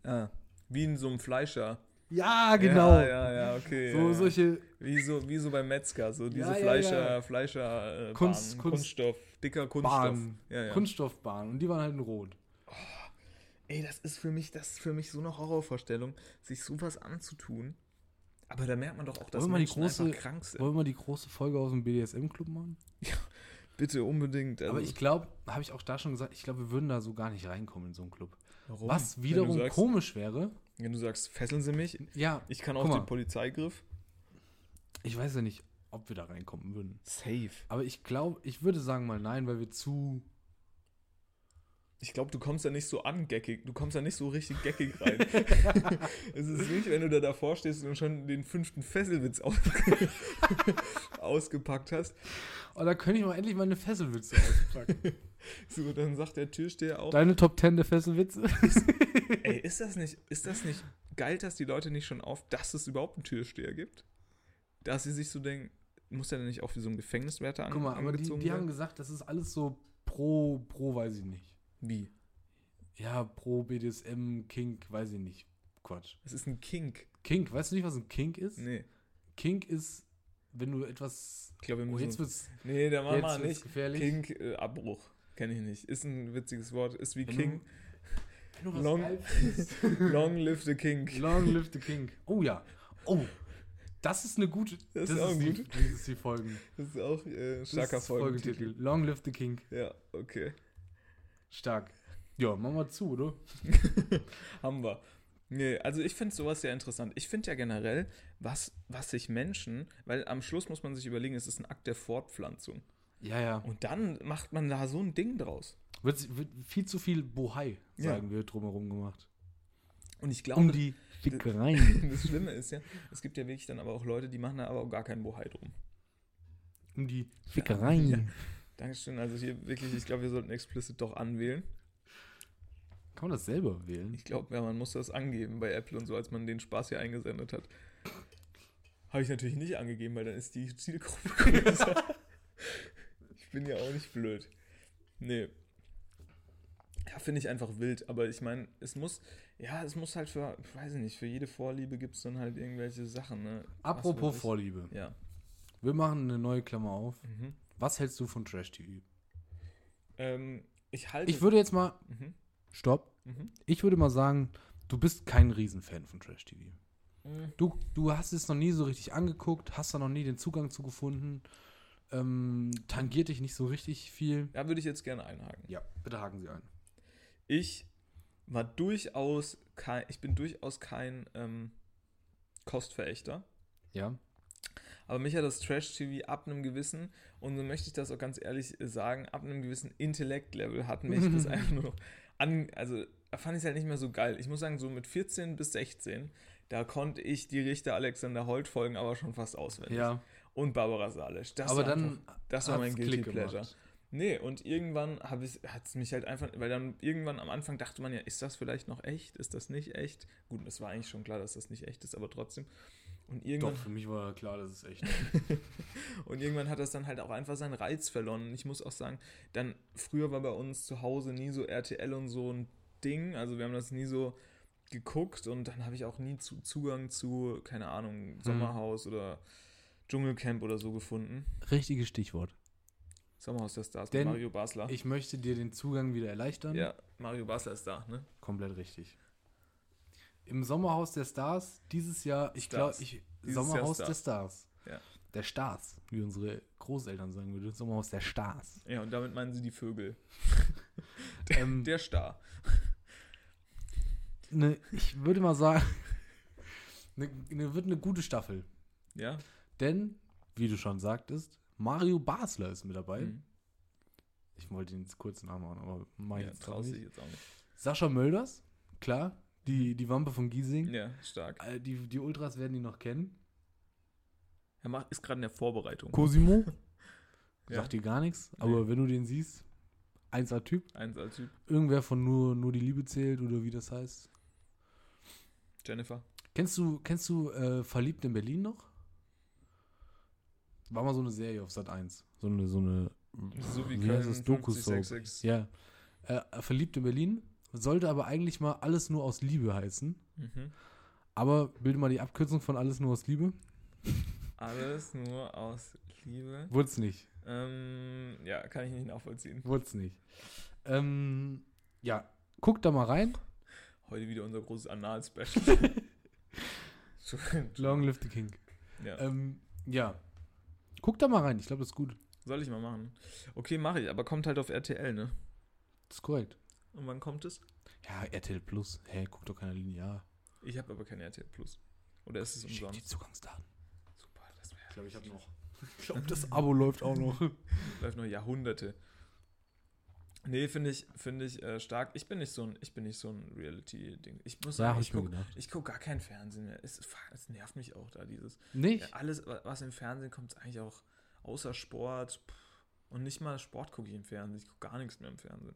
Speaker 3: Ah, wie in so einem Fleischer.
Speaker 4: Ja, genau.
Speaker 3: Ja, ja, ja, okay.
Speaker 4: so
Speaker 3: ja, ja.
Speaker 4: solche
Speaker 3: Wie so, wie so beim Metzger, so diese
Speaker 4: Ja, ja,
Speaker 3: Fleischer,
Speaker 4: ja.
Speaker 3: Fleischer, äh, Bahnen,
Speaker 4: Kunst- Kunst-
Speaker 3: Kunststoff, dicker Kunststoff.
Speaker 4: Bahnen,
Speaker 3: Ja, ja.
Speaker 4: Kunststoffbahnen. Und die waren halt in Rot.
Speaker 3: Ey, das ist für mich, das ist für mich so eine Horrorvorstellung, sich sowas anzutun. Aber da merkt man doch auch, dass
Speaker 4: Wollen wir, mal die
Speaker 3: Menschen
Speaker 4: große,
Speaker 3: einfach krank sind.
Speaker 4: wollen wir mal die große Folge aus dem BDSM-Club machen?
Speaker 3: Bitte unbedingt.
Speaker 4: Aber
Speaker 3: also-
Speaker 4: ich glaube, habe ich auch da schon gesagt, ich glaube, wir würden da so gar nicht reinkommen in so einen Club.
Speaker 3: Warum?
Speaker 4: Was
Speaker 3: Wenn du
Speaker 4: wiederum
Speaker 3: sagst-
Speaker 4: komisch wäre.
Speaker 3: Wenn du sagst, fesseln Sie mich,
Speaker 4: Ja,
Speaker 3: ich kann
Speaker 4: Guck
Speaker 3: auch
Speaker 4: mal.
Speaker 3: den Polizeigriff.
Speaker 4: Ich weiß ja nicht, ob wir da reinkommen würden.
Speaker 3: Safe.
Speaker 4: Aber ich glaube, ich würde sagen mal nein, weil wir zu.
Speaker 3: Ich glaube, du kommst da nicht so angeckig. Du kommst da nicht so richtig geckig
Speaker 4: [LAUGHS]
Speaker 3: rein. es ist nicht, wenn du da davor stehst und schon den fünften Fesselwitz aus [LAUGHS] ausgepackt hast.
Speaker 4: Oh, da könnte ich mal endlich mal eine Fesselwitze auspacken.
Speaker 3: [LAUGHS] So, dann sagt der Türsteher auch.
Speaker 4: Deine Top 10
Speaker 3: [LAUGHS]
Speaker 4: der Fesselwitze?
Speaker 3: Ey, ist das nicht, ist das nicht, geilt das die Leute nicht schon auf, dass es überhaupt einen Türsteher gibt? Dass sie sich so denken, muss der denn nicht auch wie so ein Gefängniswärter an,
Speaker 4: Guck mal, aber die,
Speaker 3: angezogen
Speaker 4: die haben
Speaker 3: werden?
Speaker 4: gesagt, das ist alles so pro, pro, weiß ich nicht.
Speaker 3: Wie?
Speaker 4: Ja, pro BDSM, Kink, weiß ich nicht. Quatsch.
Speaker 3: Es ist ein Kink.
Speaker 4: Kink, weißt du nicht, was ein Kink ist?
Speaker 3: Nee,
Speaker 4: Kink ist, wenn du etwas.
Speaker 3: ich glaube, wir
Speaker 4: Oh,
Speaker 3: müssen.
Speaker 4: jetzt wird's,
Speaker 3: nee, da machen
Speaker 4: jetzt
Speaker 3: wir
Speaker 4: wird's
Speaker 3: nicht.
Speaker 4: gefährlich.
Speaker 3: Kink, äh, Abbruch. Kenne ich nicht. Ist ein witziges Wort. Ist wie
Speaker 4: Wenn
Speaker 3: King.
Speaker 4: Wenn du was
Speaker 3: Long-
Speaker 4: geil findest.
Speaker 3: [LAUGHS] Long live the King.
Speaker 4: Long live the King. Oh ja. Oh. Das ist eine gute.
Speaker 3: Das ist auch
Speaker 4: die,
Speaker 3: gut.
Speaker 4: das ist die Folgen.
Speaker 3: Das ist auch äh,
Speaker 4: Das
Speaker 3: starker
Speaker 4: ist
Speaker 3: Folgentitel.
Speaker 4: Long live the King.
Speaker 3: Ja, okay.
Speaker 4: Stark. Ja, machen wir zu, oder?
Speaker 3: Haben wir. Nee, also ich finde sowas sehr interessant. Ich finde ja generell, was, was sich Menschen, weil am Schluss muss man sich überlegen, es ist ein Akt der Fortpflanzung.
Speaker 4: Ja, ja.
Speaker 3: Und dann macht man da so ein Ding draus.
Speaker 4: Wird, wird viel zu viel Bohai,
Speaker 3: Ja.
Speaker 4: sagen wir, drumherum gemacht.
Speaker 3: Und ich glaube,
Speaker 4: Um die Fickereien.
Speaker 3: [LAUGHS] das Schlimme ist ja, es gibt ja wirklich dann aber auch Leute, die machen da aber auch gar keinen Bohai drum.
Speaker 4: Um die Fickereien.
Speaker 3: Dankeschön. Also hier wirklich, ich glaube, wir sollten explicit doch anwählen.
Speaker 4: Kann man das selber wählen?
Speaker 3: Ich glaube, ja, man muss das angeben bei Apple und so, als man den Spaß hier eingesendet hat. Habe ich natürlich nicht angegeben, weil dann ist die Zielgruppe [LAUGHS] größer. ich bin ja auch nicht blöd. Nee. Ja, finde ich einfach wild, aber ich meine, es muss, ja, es muss halt für, ich weiß nicht, für jede Vorliebe gibt es dann halt irgendwelche Sachen, ne?
Speaker 4: Apropos
Speaker 3: Vorliebe.
Speaker 4: Vorliebe.
Speaker 3: Ja.
Speaker 4: Wir machen eine neue Klammer auf.
Speaker 3: Mhm.
Speaker 4: Was hältst du von Trash TV?
Speaker 3: Ähm, ich halte.
Speaker 4: Ich würde jetzt mal.
Speaker 3: Mhm.
Speaker 4: Stopp.
Speaker 3: Mhm.
Speaker 4: Ich würde mal sagen, du bist kein Riesenfan von Trash TV.
Speaker 3: Mhm.
Speaker 4: Du, du hast es noch nie so richtig angeguckt, hast da noch nie den Zugang zu gefunden. Ähm, tangiert dich nicht so richtig viel.
Speaker 3: Da würde ich jetzt gerne einhaken.
Speaker 4: Ja, bitte haken Sie ein.
Speaker 3: ich war durchaus kein, ich bin durchaus kein ähm, Kostverächter,
Speaker 4: Ja.
Speaker 3: aber mich hat das Trash-TV ab einem gewissen, und so möchte ich das auch ganz ehrlich äh, sagen, ab einem gewissen Intellekt-Level hat mich
Speaker 4: [LAUGHS]
Speaker 3: das einfach nur noch an, also da fand ich es halt nicht mehr so geil. Ich muss sagen, so mit 14 bis 16, da konnte ich die Richter Alexander Holt folgen, aber schon fast auswendig.
Speaker 4: Ja.
Speaker 3: Und Barbara Salisch. Das
Speaker 4: aber
Speaker 3: war
Speaker 4: dann.
Speaker 3: das war mein
Speaker 4: hat's
Speaker 3: Guilty
Speaker 4: Klick
Speaker 3: Pleasure.
Speaker 4: gemacht.
Speaker 3: Nee, und irgendwann habe ich, hat es mich halt einfach, weil dann irgendwann am Anfang dachte man ja, ist das vielleicht noch echt? Ist das nicht echt? Gut, das war eigentlich schon klar, dass das nicht echt ist, aber trotzdem. Und
Speaker 4: Doch,
Speaker 3: irgendwann,
Speaker 4: für mich war klar, das ist [LAUGHS] echt.
Speaker 3: und irgendwann hat das dann halt auch einfach seinen Reiz verloren. Und ich muss auch sagen, dann früher war bei uns zu Hause nie so RTL und so ein Ding. Also wir haben das nie so geguckt und dann habe ich auch nie zu, Zugang zu, keine
Speaker 4: Hm.
Speaker 3: Ahnung, Sommerhaus oder Dschungelcamp oder so gefunden.
Speaker 4: Richtiges Stichwort.
Speaker 3: Sommerhaus der Stars
Speaker 4: Denn
Speaker 3: mit Mario Basler.
Speaker 4: Ich möchte dir den Zugang wieder erleichtern.
Speaker 3: ja, Mario Basler ist da, ne?
Speaker 4: Komplett richtig. Im Sommerhaus der Stars dieses Jahr, ich glaube,
Speaker 3: Stars.
Speaker 4: ich
Speaker 3: Dieses
Speaker 4: Sommerhaus
Speaker 3: Jahr
Speaker 4: der Stars.
Speaker 3: Ja.
Speaker 4: Der Stars, wie unsere Großeltern sagen würden. Sommerhaus der Stars.
Speaker 3: Ja, und damit meinen sie die Vögel. [LAUGHS]
Speaker 4: ähm,
Speaker 3: Der Star.
Speaker 4: ne, ich würde mal sagen, [LAUGHS] ne, ne, wird eine gute Staffel.
Speaker 3: Ja.
Speaker 4: Denn, wie du schon sagtest, Mario Basler ist mit dabei.
Speaker 3: Mhm.
Speaker 4: Ich wollte ihn jetzt kurz nachmachen, aber mach ich
Speaker 3: ja
Speaker 4: jetzt auch
Speaker 3: traust dich
Speaker 4: nicht.
Speaker 3: jetzt auch nicht.
Speaker 4: Sascha Mölders, klar. Die, die Wampe von Giesing.
Speaker 3: Ja, stark.
Speaker 4: Äh, Die, die Ultras werden die noch kennen.
Speaker 3: Er macht, ist gerade in der Vorbereitung.
Speaker 4: Cosimo.
Speaker 3: [LAUGHS] Ja.
Speaker 4: Sagt dir gar nichts, aber wenn du den siehst, 1A Typ,
Speaker 3: Eins als Typ.
Speaker 4: irgendwer von nur, nur die Liebe zählt oder wie das heißt.
Speaker 3: Jennifer.
Speaker 4: Kennst du, kennst du äh, Verliebt in Berlin noch? War mal so eine Serie auf Sat 1. So eine, so eine
Speaker 3: So wie,
Speaker 4: Wie heißt das? Doku-Soap.
Speaker 3: 50,
Speaker 4: ja. Äh, Verliebt in Berlin sollte aber eigentlich mal alles nur aus Liebe heißen.
Speaker 3: mhm.
Speaker 4: Aber bilde mal die Abkürzung von alles nur aus Liebe.
Speaker 3: Alles nur aus Liebe.
Speaker 4: Wurd's nicht.
Speaker 3: Ähm, ja, kann ich nicht nachvollziehen.
Speaker 4: Wurd's nicht. Ähm, ja, guck da mal rein.
Speaker 3: Heute wieder unser großes Anal-Special.
Speaker 4: [LAUGHS] Long live the King.
Speaker 3: ja.
Speaker 4: Ähm, ja. Guck da mal rein, ich glaube, das ist gut.
Speaker 3: Soll ich mal machen. Okay, mache ich, aber kommt halt auf RTL, ne?
Speaker 4: Das ist korrekt.
Speaker 3: Und wann kommt es?
Speaker 4: Ja, RTL Plus. Hä, guck doch keiner linear.
Speaker 3: Ich habe aber kein RTL Plus. Oder ist es
Speaker 4: Schick die
Speaker 3: umsonst?
Speaker 4: Zugangsdaten.
Speaker 3: Super, das wäre
Speaker 4: glaube, ich habe noch. Ich glaube, das Abo läuft auch noch.
Speaker 3: Läuft noch Jahrhunderte. Nee, finde ich, finde ich äh, stark. Ich bin nicht so ein, ich bin nicht so ein Reality-Ding. Ich muss
Speaker 4: Ja,
Speaker 3: sagen,
Speaker 4: hab
Speaker 3: ich
Speaker 4: ich mir
Speaker 3: gucke
Speaker 4: gedacht.
Speaker 3: guck gar kein Fernsehen mehr. Es, fuck, es nervt mich auch da, dieses.
Speaker 4: [LAUGHS] Nicht?
Speaker 3: Ja, alles, wa- was im Fernsehen kommt, ist eigentlich auch außer Sport. pff. Und nicht mal Sport gucke ich im Fernsehen. Ich gucke gar nichts mehr im Fernsehen.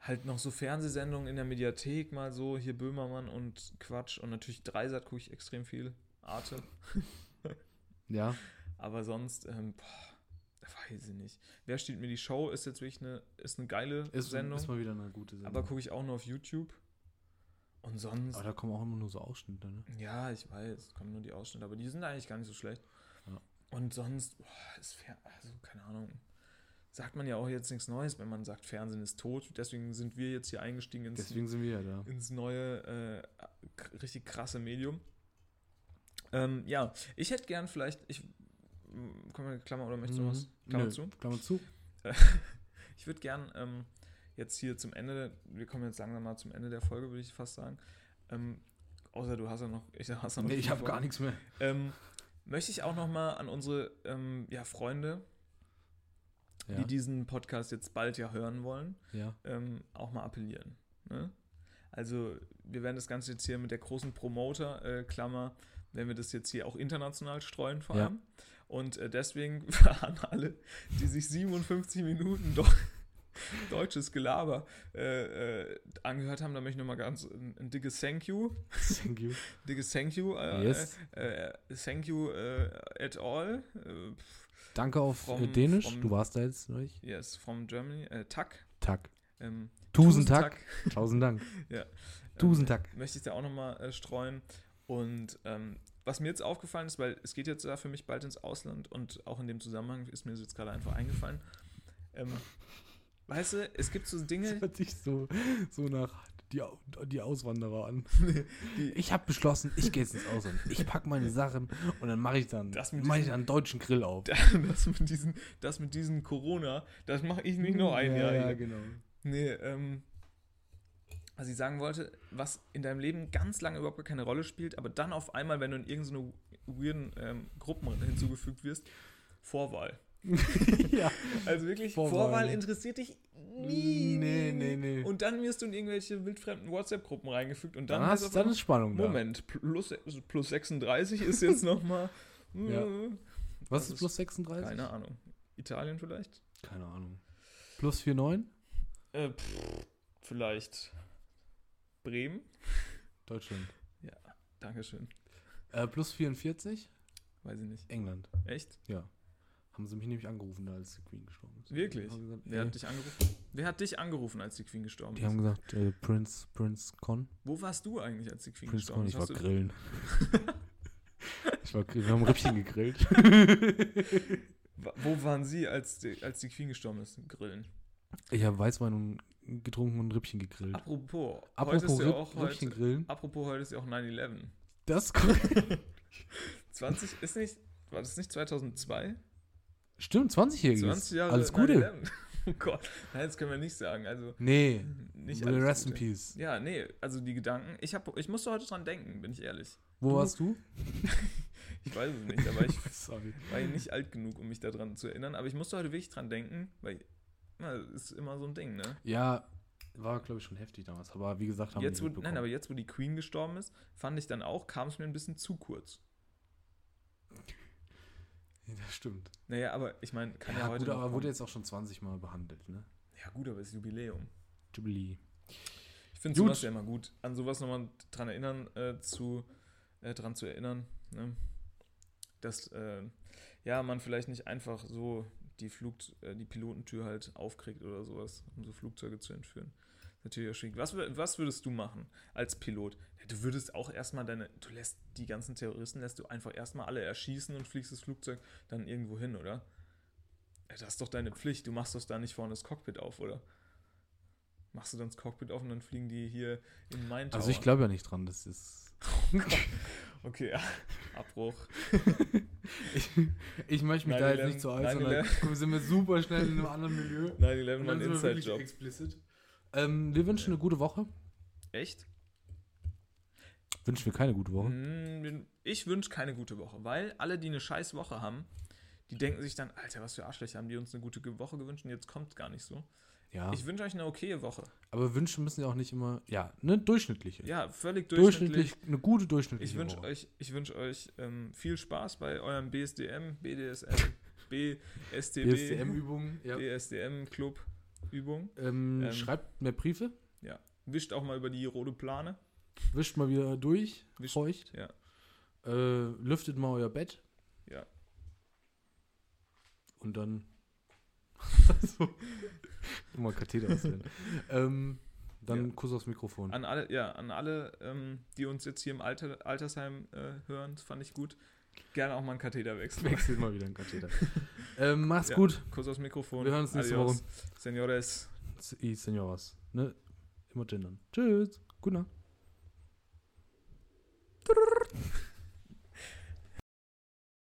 Speaker 3: Halt noch so Fernsehsendungen in der Mediathek, mal so, hier Böhmermann und Quatsch. Und natürlich Dreisat gucke ich extrem viel. Arte.
Speaker 4: Ja.
Speaker 3: Aber sonst, ähm, boah, weiß ich nicht. Wer steht mir die Show? Ist jetzt wirklich eine, ist eine geile
Speaker 4: Ist,
Speaker 3: Sendung.
Speaker 4: ist mal wieder eine gute Sendung.
Speaker 3: aber gucke ich auch nur auf YouTube. Und sonst.
Speaker 4: Aber da kommen auch immer nur so Ausschnitte, ne?
Speaker 3: Ja, ich weiß, kommen nur die Ausschnitte, aber die sind eigentlich gar nicht so schlecht.
Speaker 4: Ja.
Speaker 3: Und sonst, boah, ist Fer also keine Ahnung. Sagt man ja auch jetzt nichts Neues, wenn man sagt, Fernsehen ist tot. Deswegen sind wir jetzt hier eingestiegen ins,
Speaker 4: Deswegen sind wir ja da.
Speaker 3: ins neue, äh, k- richtig krasse Medium. Ähm, ja, ich hätte gern vielleicht, ich, m, komm mal, Klammer, oder möchtest du
Speaker 4: Mhm.
Speaker 3: was? Klammer
Speaker 4: Nö,
Speaker 3: zu? [LAUGHS]
Speaker 4: Klammer zu.
Speaker 3: Ich würde gern ähm, jetzt hier zum Ende, wir kommen jetzt langsam mal zum Ende der Folge, würde ich fast sagen. Ähm, außer du hast ja noch, ich [LAUGHS] hast ja noch
Speaker 4: Nee,
Speaker 3: viel
Speaker 4: ich habe
Speaker 3: vor.
Speaker 4: gar nichts mehr.
Speaker 3: Ähm, möchte ich auch nochmal an unsere ähm, ja, Freunde,
Speaker 4: Ja.
Speaker 3: die diesen Podcast jetzt bald ja hören wollen, [LAUGHS]
Speaker 4: ja.
Speaker 3: ähm, auch mal appellieren. Ne? Also wir werden das Ganze jetzt hier mit der großen Promoter-Klammer, werden wir das jetzt hier auch international streuen vor
Speaker 4: Ja.
Speaker 3: allem. Und äh, deswegen [LAUGHS] waren alle, die sich 57 Minuten [LAUGHS] doch deutsches Gelaber äh, äh, angehört haben, da möchte ich nochmal ganz ein, ein dickes Thank you
Speaker 4: Thank you.
Speaker 3: Dickes Thank you. Äh,
Speaker 4: Yes.
Speaker 3: äh, äh, thank you äh, at all. Äh, pff,
Speaker 4: Danke auf
Speaker 3: From-
Speaker 4: äh, Dänisch.
Speaker 3: from-
Speaker 4: du warst da jetzt, ne? Ich-
Speaker 3: yes, from Germany. Äh, Tack.
Speaker 4: Tack.
Speaker 3: Ähm,
Speaker 4: Tusen Tack. Tausend Dank.
Speaker 3: [LAUGHS]
Speaker 4: Tusen Tack.
Speaker 3: Ähm, möchte ich da auch nochmal äh, streuen. Und ähm, was mir jetzt aufgefallen ist, weil es geht jetzt ja für mich bald ins Ausland und auch in dem Zusammenhang ist mir das jetzt gerade einfach eingefallen. Ähm, weißt du, es gibt so Dinge, [LAUGHS]
Speaker 4: Das [LAUGHS] hört sich so, so nach die, Au- die
Speaker 3: [LAUGHS]
Speaker 4: Auswanderer an.
Speaker 3: die-
Speaker 4: ich habe beschlossen, ich gehe jetzt ins Ausland. Ich packe meine Sachen und dann mache ich dann
Speaker 3: Das mit
Speaker 4: mach ich
Speaker 3: diesem-
Speaker 4: dann einen deutschen Grill auf.
Speaker 3: das mit diesen, das mit diesen Corona, das mache ich nicht noch ein Jahr.
Speaker 4: Ja,
Speaker 3: hier.
Speaker 4: ja genau.
Speaker 3: [LAUGHS] Nee, ähm, was ich sagen wollte, was in deinem Leben ganz lange überhaupt gar keine Rolle spielt, aber dann auf einmal, wenn du in irgendeine weirden ähm, Gruppen hinzugefügt wirst, Vorwahl.
Speaker 4: ja.
Speaker 3: Also wirklich, Vorwahl,
Speaker 4: Vorwahl.
Speaker 3: interessiert dich nie. nie,
Speaker 4: Nee, nee,
Speaker 3: nie.
Speaker 4: nee.
Speaker 3: Und dann wirst du in irgendwelche wildfremden WhatsApp-Gruppen reingefügt und dann,
Speaker 4: Dann, hast,
Speaker 3: heißt
Speaker 4: dann
Speaker 3: auf
Speaker 4: ist Spannung
Speaker 3: einmal, Moment, plus, plus 36 ist
Speaker 4: [LAUGHS]
Speaker 3: jetzt nochmal.
Speaker 4: Ja. da.
Speaker 3: das
Speaker 4: Was
Speaker 3: ist-
Speaker 4: ist plus 36?
Speaker 3: Keine Ahnung. Italien vielleicht?
Speaker 4: Keine Ahnung. Plus 49?
Speaker 3: Äh, pff, vielleicht Bremen?
Speaker 4: Deutschland.
Speaker 3: Dankeschön.
Speaker 4: Äh, plus 44?
Speaker 3: Weiß ich nicht.
Speaker 4: England.
Speaker 3: Echt?
Speaker 4: Ja. Haben sie mich nämlich angerufen, da als die Queen gestorben ist.
Speaker 3: Wirklich?
Speaker 4: Haben gesagt,
Speaker 3: Wer
Speaker 4: ey,
Speaker 3: hat dich angerufen? Wer hat dich angerufen, als die Queen gestorben
Speaker 4: die haben
Speaker 3: ist?
Speaker 4: gesagt, äh, Prince, Prince Con.
Speaker 3: Wo warst du eigentlich, als die Queen
Speaker 4: Prinz
Speaker 3: gestorben
Speaker 4: Con,
Speaker 3: ist?
Speaker 4: ich war
Speaker 3: Hast du, [LAUGHS]
Speaker 4: grillen. ich war grillen. Wir haben Rippchen gegrillt.
Speaker 3: Wa- wo waren sie, als die, als die Queen gestorben ist? Grillen.
Speaker 4: Ich habe Weißwein und getrunken und Rippchen gegrillt.
Speaker 3: Apropos, heute
Speaker 4: Apropos
Speaker 3: ist ja
Speaker 4: Ripp-
Speaker 3: auch
Speaker 4: Rippchen
Speaker 3: heute,
Speaker 4: grillen.
Speaker 3: apropos heute ist ja auch 9-11.
Speaker 4: Das
Speaker 3: [LAUGHS]
Speaker 4: ist korrekt.
Speaker 3: 20 ist nicht, war das nicht 2002?
Speaker 4: Stimmt, 20-Jähriges.
Speaker 3: 20 Jahre
Speaker 4: Alles Gute.
Speaker 3: 9/11. [LAUGHS] Oh Gott, nein, das können wir nicht sagen. Also
Speaker 4: Nee.
Speaker 3: nicht
Speaker 4: Will
Speaker 3: alles
Speaker 4: Rest in
Speaker 3: Gute.
Speaker 4: Peace.
Speaker 3: Ja, nee, also die Gedanken. Ich, hab, ich musste heute dran denken, bin ich ehrlich.
Speaker 4: Wo
Speaker 3: Du-
Speaker 4: warst du?
Speaker 3: Ich weiß es nicht, aber
Speaker 4: [LAUGHS]
Speaker 3: ich
Speaker 4: Sorry.
Speaker 3: war ich nicht alt genug, um mich daran zu erinnern, aber ich musste heute wirklich dran denken, weil na, das ist immer so ein Ding, ne?
Speaker 4: Ja, war, glaube ich, schon heftig damals. Aber wie gesagt, haben
Speaker 3: Jetzt, wo,
Speaker 4: wir
Speaker 3: nein, aber jetzt, wo die Queen gestorben ist, fand ich dann auch, kam es mir ein bisschen zu kurz.
Speaker 4: Das stimmt.
Speaker 3: Naja, aber ich meine, kann ja,
Speaker 4: Ja,
Speaker 3: heute.
Speaker 4: gut,
Speaker 3: noch
Speaker 4: aber wurde
Speaker 3: kommen.
Speaker 4: jetzt auch schon 20 Mal behandelt, ne?
Speaker 3: ja, gut, aber es ist Jubiläum.
Speaker 4: Jubilee.
Speaker 3: Ich finde
Speaker 4: Gut.
Speaker 3: sowas ja immer gut. An sowas nochmal dran erinnern, äh, zu, äh, dran zu erinnern, ne? Dass, äh, ja, man vielleicht nicht einfach so die Flug, äh, die Pilotentür halt aufkriegt oder sowas, um so Flugzeuge zu entführen. Ist Natürlich auch schwierig. Was, wür- was würdest du machen als Pilot? Ja, du würdest auch erstmal deine, du lässt die ganzen Terroristen, lässt du einfach erstmal alle erschießen und fliegst das Flugzeug dann irgendwo hin, oder? Ja, das ist doch deine Pflicht. Du machst doch da nicht vorne das Cockpit auf, oder? Machst du dann das Cockpit auf und dann fliegen die hier in meinen
Speaker 4: Also ich glaube ja nicht dran, das ist.
Speaker 3: Okay, ja. [LAUGHS] Abbruch.
Speaker 4: Ich, [LAUGHS] ich möchte mich da jetzt nicht so
Speaker 3: 9/11,
Speaker 4: äußern. weil
Speaker 3: 9/11.
Speaker 4: Wir sind wir super schnell in einem
Speaker 3: [LAUGHS]
Speaker 4: anderen
Speaker 3: 9-11
Speaker 4: Milieu. Und
Speaker 3: war
Speaker 4: dann
Speaker 3: ein
Speaker 4: sind wir wirklich
Speaker 3: Inside-Job.
Speaker 4: explicit. Ähm, wir wünschen eine gute Woche.
Speaker 3: Echt?
Speaker 4: Wünschen wir keine gute Woche.
Speaker 3: Mm, Ich wünsche keine gute Woche, weil alle, die eine scheiß Woche haben, die denken sich dann, Alter, was für Arschlöcher haben die uns eine gute Ge- Woche gewünscht und jetzt kommt gar nicht so.
Speaker 4: Ja.
Speaker 3: Ich wünsche euch eine okaye Woche.
Speaker 4: Aber Wünsche müssen ja auch nicht immer, ja, eine durchschnittliche.
Speaker 3: Ja, völlig durchschnittlich.
Speaker 4: durchschnittlich, eine gute durchschnittliche.
Speaker 3: Ich wünsche
Speaker 4: Woche.
Speaker 3: euch, ich wünsche euch ähm, viel Spaß bei eurem BSDM, [LAUGHS] BDSM, BSTB,
Speaker 4: BSDM-Übungen. Ja.
Speaker 3: BSDM Club Übung.
Speaker 4: Ähm,
Speaker 3: Ähm,
Speaker 4: schreibt mehr Briefe,
Speaker 3: Ja. Wischt auch mal über die rote Plane.
Speaker 4: wischt mal wieder durch,
Speaker 3: Wischt-
Speaker 4: feucht.
Speaker 3: ja.
Speaker 4: Äh, lüftet mal euer Bett.
Speaker 3: Ja.
Speaker 4: Und
Speaker 3: [LAUGHS]
Speaker 4: dann. [LAUGHS] so. Mal Katheter
Speaker 3: [LAUGHS]
Speaker 4: was denn. ähm, dann Kuss aufs Mikrofon.
Speaker 3: An alle, ja, an alle, ähm, die uns jetzt hier im Alter, Altersheim äh, hören, das fand ich gut. Gerne auch mal einen Katheter wechseln.
Speaker 4: [LAUGHS] Wechselt mal wieder
Speaker 3: [LAUGHS]
Speaker 4: ein Katheter. ähm, macht's
Speaker 3: Ja.
Speaker 4: gut.
Speaker 3: Kuss aufs Mikrofon.
Speaker 4: Wir hören uns nächste
Speaker 3: Adios. Senores.
Speaker 4: I, Senores. Ne? Immer gendern. Tschüss. Gute Nacht.